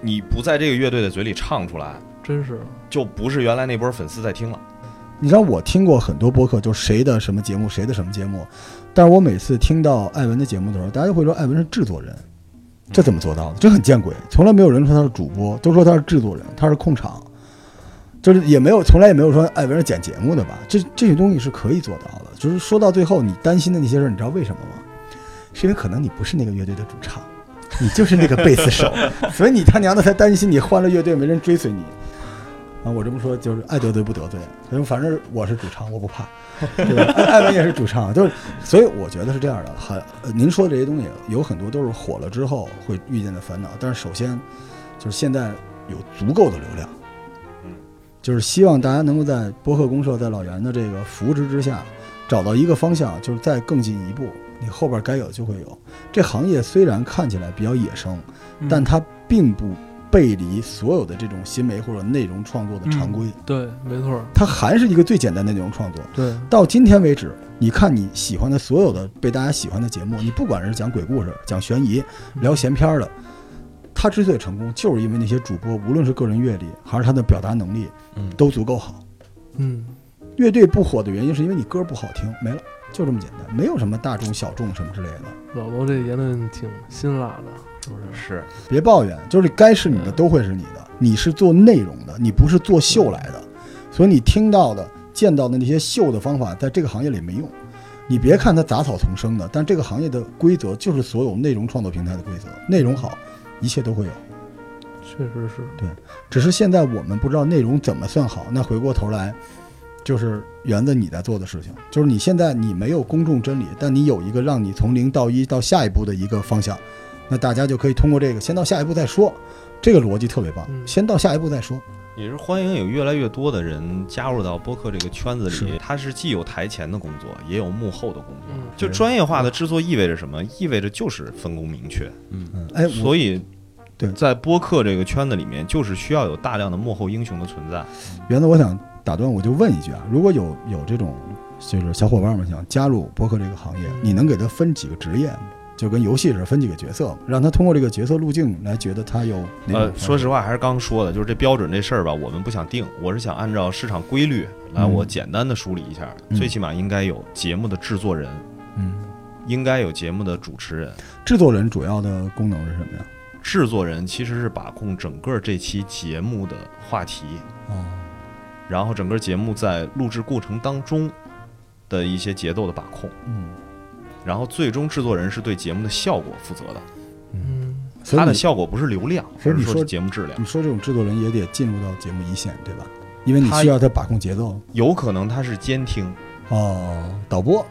[SPEAKER 2] 你不在这个乐队的嘴里唱出来，
[SPEAKER 1] 真是
[SPEAKER 2] 就不是原来那波粉丝在听了。
[SPEAKER 4] 你知道我听过很多播客，就是谁的什么节目，谁的什么节目，但是我每次听到艾文的节目的时候，大家就会说艾文是制作人，这怎么做到的？这很见鬼，从来没有人说他是主播，都说他是制作人，他是控场，就是也没有从来也没有说艾文是剪节目的吧？这这些东西是可以做到的。就是说到最后，你担心的那些事儿，你知道为什么吗？是因为可能你不是那个乐队的主唱，你就是那个贝斯手，所以你他娘的才担心你换了乐队没人追随你。啊，我这么说就是爱得罪不得罪，因为反正我是主唱，我不怕，对吧？艾艾文也是主唱，就是，所以我觉得是这样的。很，呃您说这些东西有很多都是火了之后会遇见的烦恼，但是首先就是现在有足够的流量
[SPEAKER 2] 嗯，
[SPEAKER 4] 就是希望大家能够在博客公社在老袁的这个扶持之下，找到一个方向，就是再更进一步，你后边该有就会有。这行业虽然看起来比较野生，
[SPEAKER 1] 嗯
[SPEAKER 4] 但它并不背离所有的这种新媒或者内容创作的常规，
[SPEAKER 1] 对，没错儿，
[SPEAKER 4] 它还是一个最简单的内容创作。
[SPEAKER 1] 对，
[SPEAKER 4] 到今天为止，你看你喜欢的所有的被大家喜欢的节目，你不管是讲鬼故事、讲悬疑、聊闲篇儿的，他之所以成功，就是因为那些主播无论是个人阅历还是他的表达能力
[SPEAKER 2] 嗯，
[SPEAKER 4] 都足够好。
[SPEAKER 1] 嗯，
[SPEAKER 4] 乐队不火的原因是因为你歌不好听，没了，就这么简单，没有什么大众小众什么之类的。
[SPEAKER 1] 老罗这言论挺辛辣的，是不是？
[SPEAKER 2] 是
[SPEAKER 4] 别抱怨，就是该是你的都会是你的，你是做内容的，你不是做秀来的，所以你听到的、见到的那些秀的方法，在这个行业里没用。你别看它杂草丛生的，但这个行业的规则就是所有内容创作平台的规则，内容好，一切都会有。
[SPEAKER 1] 确实是，
[SPEAKER 4] 只是现在我们不知道内容怎么算好。那回过头来，就是源自你在做的事情，就是你现在你没有公众真理，但你有一个让你从零到一到下一步的一个方向，那大家就可以通过这个先到下一步再说，这个逻辑特别棒，
[SPEAKER 1] 嗯
[SPEAKER 4] 先到下一步再说。
[SPEAKER 2] 也是欢迎有越来越多的人加入到播客这个圈子里
[SPEAKER 4] 是。
[SPEAKER 2] 它是既有台前的工作，也有幕后的工作。
[SPEAKER 1] 嗯，
[SPEAKER 2] 就专业化的制作意味着什么？意味着就是分工明确。
[SPEAKER 4] 嗯，哎，我
[SPEAKER 2] 所以，
[SPEAKER 4] 对
[SPEAKER 2] 在播客这个圈子里面，就是需要有大量的幕后英雄的存在。
[SPEAKER 4] 原子，我想打断，我就问一句啊，如果有有这种就是小伙伴们想加入播客这个行业，你能给他分几个职业吗？就跟游戏似的，分几个角色吗，让他通过这个角色路径来觉得他有哪种
[SPEAKER 2] 呃，
[SPEAKER 4] 方向
[SPEAKER 2] 说实话，还是刚说的，就是这标准这事儿吧，我们不想定，我是想按照市场规律来，
[SPEAKER 4] 嗯
[SPEAKER 2] 我简单的梳理一下。
[SPEAKER 4] 嗯
[SPEAKER 2] 最起码应该有节目的制作人，
[SPEAKER 4] 嗯，
[SPEAKER 2] 应该有节目的主持人。
[SPEAKER 4] 制作人主要的功能是什么呀？
[SPEAKER 2] 制作人其实是把控整个这期节目的话题，
[SPEAKER 4] 哦，
[SPEAKER 2] 然后整个节目在录制过程当中的一些节奏的把控，
[SPEAKER 4] 嗯，
[SPEAKER 2] 然后最终制作人是对节目的效果负责的。
[SPEAKER 1] 嗯，
[SPEAKER 4] 所
[SPEAKER 2] 它
[SPEAKER 4] 以
[SPEAKER 2] 的
[SPEAKER 4] 你
[SPEAKER 2] 效果不是流量，
[SPEAKER 4] 所以
[SPEAKER 2] 而
[SPEAKER 4] 你
[SPEAKER 2] 是说是
[SPEAKER 4] 说
[SPEAKER 2] 节目质量。
[SPEAKER 4] 你说这种制作人也得进入到节目一线，对吧？因为你
[SPEAKER 2] 他
[SPEAKER 4] 需要他把控节奏。
[SPEAKER 2] 有可能它是监听，
[SPEAKER 4] 哦，导播，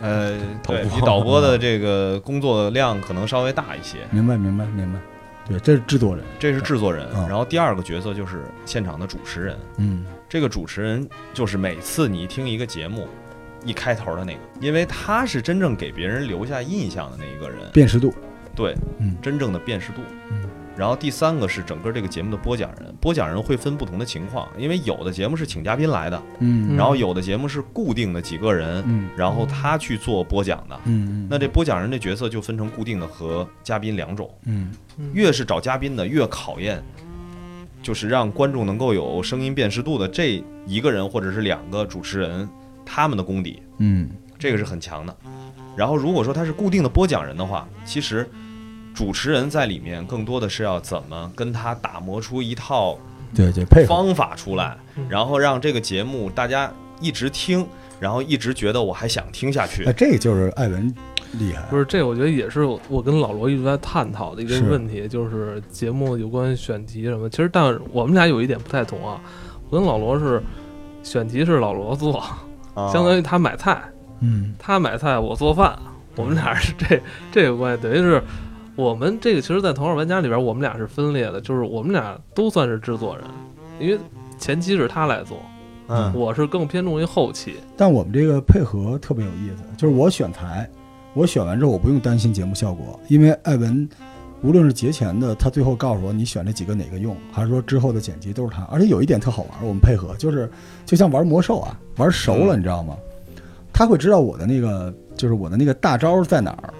[SPEAKER 2] 呃，
[SPEAKER 3] 导
[SPEAKER 2] 对
[SPEAKER 3] 播
[SPEAKER 2] 比导播的
[SPEAKER 4] 嗯
[SPEAKER 2] 这个工作量可能稍微大一些。
[SPEAKER 4] 明白，明白，明白。对，这是制作人。
[SPEAKER 2] 这是制作人，
[SPEAKER 4] 嗯
[SPEAKER 2] 然后第二个角色就是现场的主持人。
[SPEAKER 4] 嗯，
[SPEAKER 2] 这个主持人就是每次你听一个节目，一开头的那个，因为他是真正给别人留下印象的那一个人，
[SPEAKER 4] 辨识度。
[SPEAKER 2] 对，
[SPEAKER 4] 嗯
[SPEAKER 2] 真正的辨识度
[SPEAKER 4] 嗯。
[SPEAKER 2] 然后第三个是整个这个节目的播讲人，播讲人会分不同的情况，因为有的节目是请嘉宾来的，
[SPEAKER 4] 嗯
[SPEAKER 2] 然后有的节目是固定的几个人，
[SPEAKER 4] 嗯
[SPEAKER 2] 然后他去做播讲的。
[SPEAKER 4] 嗯
[SPEAKER 2] 那这播讲人的角色就分成固定的和嘉宾两种，
[SPEAKER 4] 嗯
[SPEAKER 1] 嗯
[SPEAKER 2] 越是找嘉宾的，越考验，就是让观众能够有声音辨识度的这一个人或者是两个主持人他们的功底，
[SPEAKER 4] 嗯
[SPEAKER 2] 这个是很强的。然后如果说他是固定的播讲人的话，其实主持人在里面更多的是要怎么跟他打磨出一套
[SPEAKER 4] 对对，配合。
[SPEAKER 2] 方法出来
[SPEAKER 1] 嗯，
[SPEAKER 2] 然后让这个节目大家一直听，然后一直觉得我还想听下去
[SPEAKER 4] 哎，。这就是艾文厉害。啊
[SPEAKER 1] 不是，这我觉得也是我跟老罗一直在探讨的一个
[SPEAKER 4] 是
[SPEAKER 1] 问题，就是节目有关选题什么。其实，但我们俩有一点不太同啊，我跟老罗是选题是老罗做，
[SPEAKER 2] 啊
[SPEAKER 1] 相当于他买菜，
[SPEAKER 4] 嗯
[SPEAKER 1] 他买菜，我做饭，我们俩是这这个关系，等于是我们这个其实，在《头号玩家》里边，我们俩是分裂的，就是我们俩都算是制作人，因为前期是他来做，
[SPEAKER 2] 嗯
[SPEAKER 1] 我是更偏重于后期。
[SPEAKER 4] 但我们这个配合特别有意思，就是我选材，我选完之后我不用担心节目效果，因为艾文无论是节前的，他最后告诉我你选这几个哪个用，还是说之后的剪辑都是他。而且有一点特好玩，我们配合就是就像玩魔兽啊，玩熟了你知道吗？他会知道我的那个就是我的那个大招在哪儿。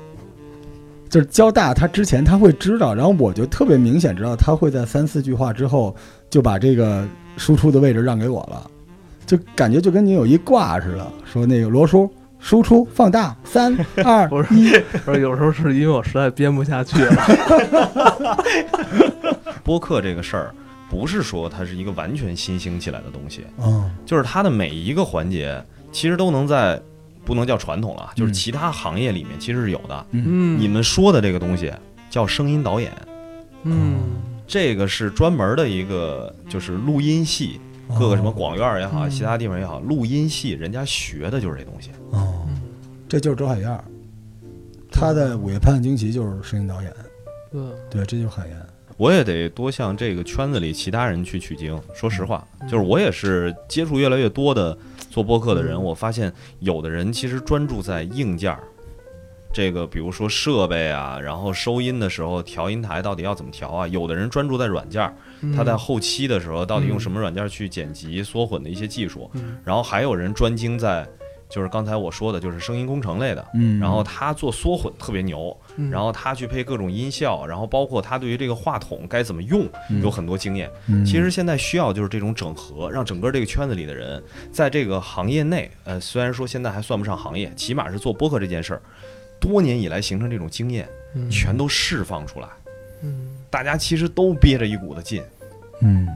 [SPEAKER 4] 就是交大他之前他会知道，然后我就特别明显知道他会在三四句话之后就把这个输出的位置让给我了，就感觉就跟你有一挂似的，说那个罗叔输出放大 三二
[SPEAKER 1] 不是
[SPEAKER 4] 一，
[SPEAKER 1] 不是，有时候是因为我实在编不下去了。
[SPEAKER 2] 播客这个事儿，不是说它是一个完全新兴起来的东西，
[SPEAKER 4] 嗯
[SPEAKER 2] 就是它的每一个环节其实都能在，不能叫传统了，就是其他行业里面其实是有的。
[SPEAKER 1] 嗯，
[SPEAKER 2] 你们说的这个东西叫声音导演，
[SPEAKER 1] 嗯
[SPEAKER 2] 这个是专门的一个就是录音系，各个
[SPEAKER 4] 哦
[SPEAKER 2] 什么广院儿也好，
[SPEAKER 1] 嗯
[SPEAKER 2] 其他地方也好，录音系人家学的就是这东西。
[SPEAKER 4] 哦，
[SPEAKER 1] 嗯
[SPEAKER 4] 这就是周海燕儿，他在《午夜判案惊奇》就是声音导演，
[SPEAKER 1] 对，
[SPEAKER 4] 对，这就是海燕。
[SPEAKER 2] 我也得多向这个圈子里其他人去取经。说实话，就是我也是接触越来越多的做播客的人，
[SPEAKER 1] 嗯
[SPEAKER 2] 我发现有的人其实专注在硬件儿，这个比如说设备啊，然后收音的时候调音台到底要怎么调啊？有的人专注在软件儿，
[SPEAKER 1] 嗯
[SPEAKER 2] 他在后期的时候到底用什么软件去剪辑、缩混的一些技术，
[SPEAKER 1] 嗯
[SPEAKER 2] 然后还有人专精在就是刚才我说的，就是声音工程类的。
[SPEAKER 4] 嗯
[SPEAKER 2] 然后他做缩混特别牛，
[SPEAKER 1] 嗯
[SPEAKER 2] 然后他去配各种音效，然后包括他对于这个话筒该怎么用
[SPEAKER 4] 嗯
[SPEAKER 2] 有很多经验。
[SPEAKER 4] 嗯
[SPEAKER 2] 其实现在需要就是这种整合，让整个这个圈子里的人在这个行业内，呃，虽然说现在还算不上行业，起码是做播客这件事儿，多年以来形成这种经验，
[SPEAKER 1] 嗯
[SPEAKER 2] 全都释放出来。
[SPEAKER 1] 嗯
[SPEAKER 2] 大家其实都憋着一股子劲。
[SPEAKER 4] 嗯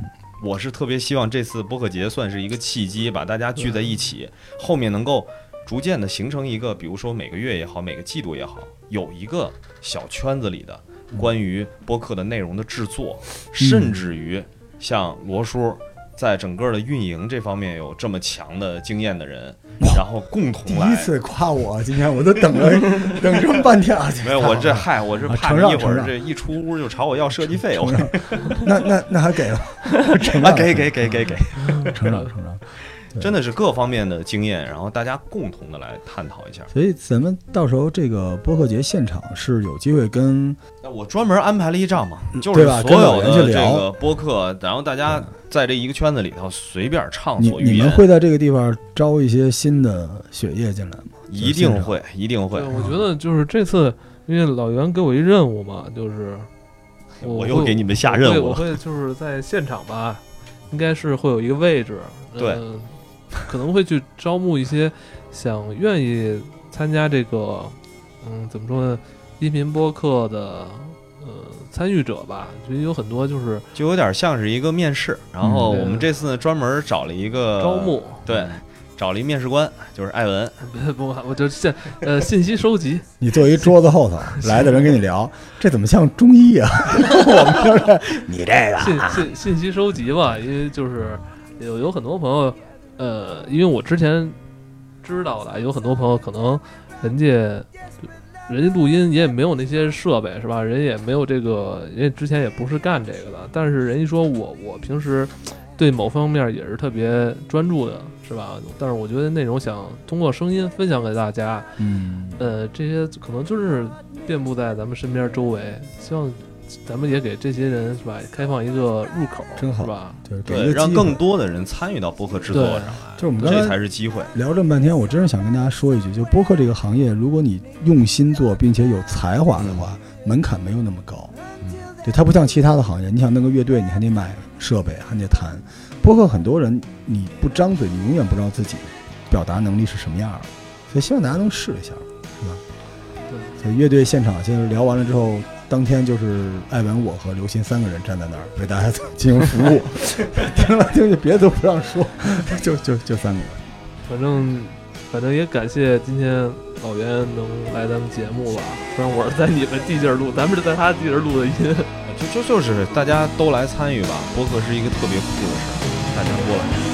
[SPEAKER 2] 我是特别希望这次播客节算是一个契机，把大家聚在一起，
[SPEAKER 4] 嗯
[SPEAKER 2] 后面能够逐渐的形成一个，比如说每个月也好，每个季度也好，有一个小圈子里的
[SPEAKER 4] 嗯
[SPEAKER 2] 关于播客的内容的制作，甚至于像罗叔。在整个的运营这方面有这么强的经验的人，然后共
[SPEAKER 4] 第
[SPEAKER 2] 同来
[SPEAKER 4] 一，次夸我，今天我都 等了等这么半天啊！
[SPEAKER 2] 没有我这嗨，我是
[SPEAKER 4] 啊
[SPEAKER 2] 怕
[SPEAKER 4] 承
[SPEAKER 2] 你
[SPEAKER 4] 让
[SPEAKER 2] 一会
[SPEAKER 4] 承
[SPEAKER 2] 儿
[SPEAKER 4] 让
[SPEAKER 2] 这一出屋就朝我要设计费，我
[SPEAKER 4] 那那那还给了承
[SPEAKER 2] 啊
[SPEAKER 4] 让
[SPEAKER 2] 给给给给给，
[SPEAKER 4] 承让承让。对
[SPEAKER 2] 真的是各方面的经验，然后大家共同的来探讨一下。
[SPEAKER 4] 所以咱们到时候这个播客节现场是有机会跟
[SPEAKER 2] 那我专门安排了一仗嘛，就
[SPEAKER 4] 嗯对
[SPEAKER 2] 是
[SPEAKER 4] 吧
[SPEAKER 2] 所有
[SPEAKER 4] 跟老袁
[SPEAKER 2] 的这
[SPEAKER 4] 去聊
[SPEAKER 2] 个播客，然后大家在这一个圈子里头随便畅
[SPEAKER 4] 你
[SPEAKER 2] 所欲
[SPEAKER 4] 你们
[SPEAKER 2] 言，
[SPEAKER 4] 会在这个地方招一些新的血液进来吗？
[SPEAKER 2] 一定会，一定会
[SPEAKER 1] 对，。我觉得就是这次，因为老袁给我一任务嘛，就是我
[SPEAKER 2] 哎我又给你们下
[SPEAKER 1] 对，
[SPEAKER 2] 任务
[SPEAKER 1] 我
[SPEAKER 2] 了，
[SPEAKER 1] 会就是在现场吧，应该是会有一个位置，
[SPEAKER 2] 对
[SPEAKER 1] 嗯，可能会去招募一些想愿意参加这个，嗯，怎么说呢，音频播客的呃参与者吧，就有很多就是
[SPEAKER 2] 就有点像是一个面试。然后
[SPEAKER 1] 嗯
[SPEAKER 2] 我们这次呢专门找了一个
[SPEAKER 1] 招，募，
[SPEAKER 2] 对，找了一面试官，就是艾文。
[SPEAKER 1] 别 不，我就现呃信息收集，
[SPEAKER 4] 你坐一桌子后 头，来的人跟你聊，这怎么像中医啊？ 我们就是你这个
[SPEAKER 1] 信信信息收集吧，因为就是有有很多朋友，呃，因为我之前知道的，有很多朋友可能人家人家录音也没有那些设备是吧？人也没有这个，人家之前也不是干这个的，但是人家说我我平时对某方面也是特别专注的，是吧？但是我觉得内容想通过声音分享给大家，
[SPEAKER 4] 嗯，
[SPEAKER 1] 呃，这些可能就是遍布在咱们身边周围，希望咱们也给这些人是吧，开放一个入口，
[SPEAKER 4] 真好
[SPEAKER 1] 是吧？
[SPEAKER 4] 就是给一个
[SPEAKER 2] 对，让
[SPEAKER 4] 机会
[SPEAKER 2] 更多的人参与到播客制作上来，
[SPEAKER 4] 就是我们刚
[SPEAKER 2] 这
[SPEAKER 4] 才
[SPEAKER 2] 才是机会。
[SPEAKER 4] 聊这么半天，我真是想跟大家说一句，就播客这个行业，如果你用心做，并且有才华的话，门槛没有那么高。对，它不像其他的行业，你想弄个乐队，你还得买设备，还得弹。播客很多人你不张嘴，你永远不知道自己表达能力是什么样的，所以希望大家能试一下，是吧？
[SPEAKER 1] 对
[SPEAKER 4] 所以乐队现场现在聊完了之后，当天就是艾文、我和刘鑫三个人站在那儿为大家进行服务，听来听去别的都不让说，就就就三个人。
[SPEAKER 1] 反正反正也感谢今天老袁能来咱们节目吧，虽然我是在你们地界儿录，咱们是在他地界儿录的音，
[SPEAKER 2] 就就就是大家都来参与吧，播客是一个特别酷的事儿，大家过来。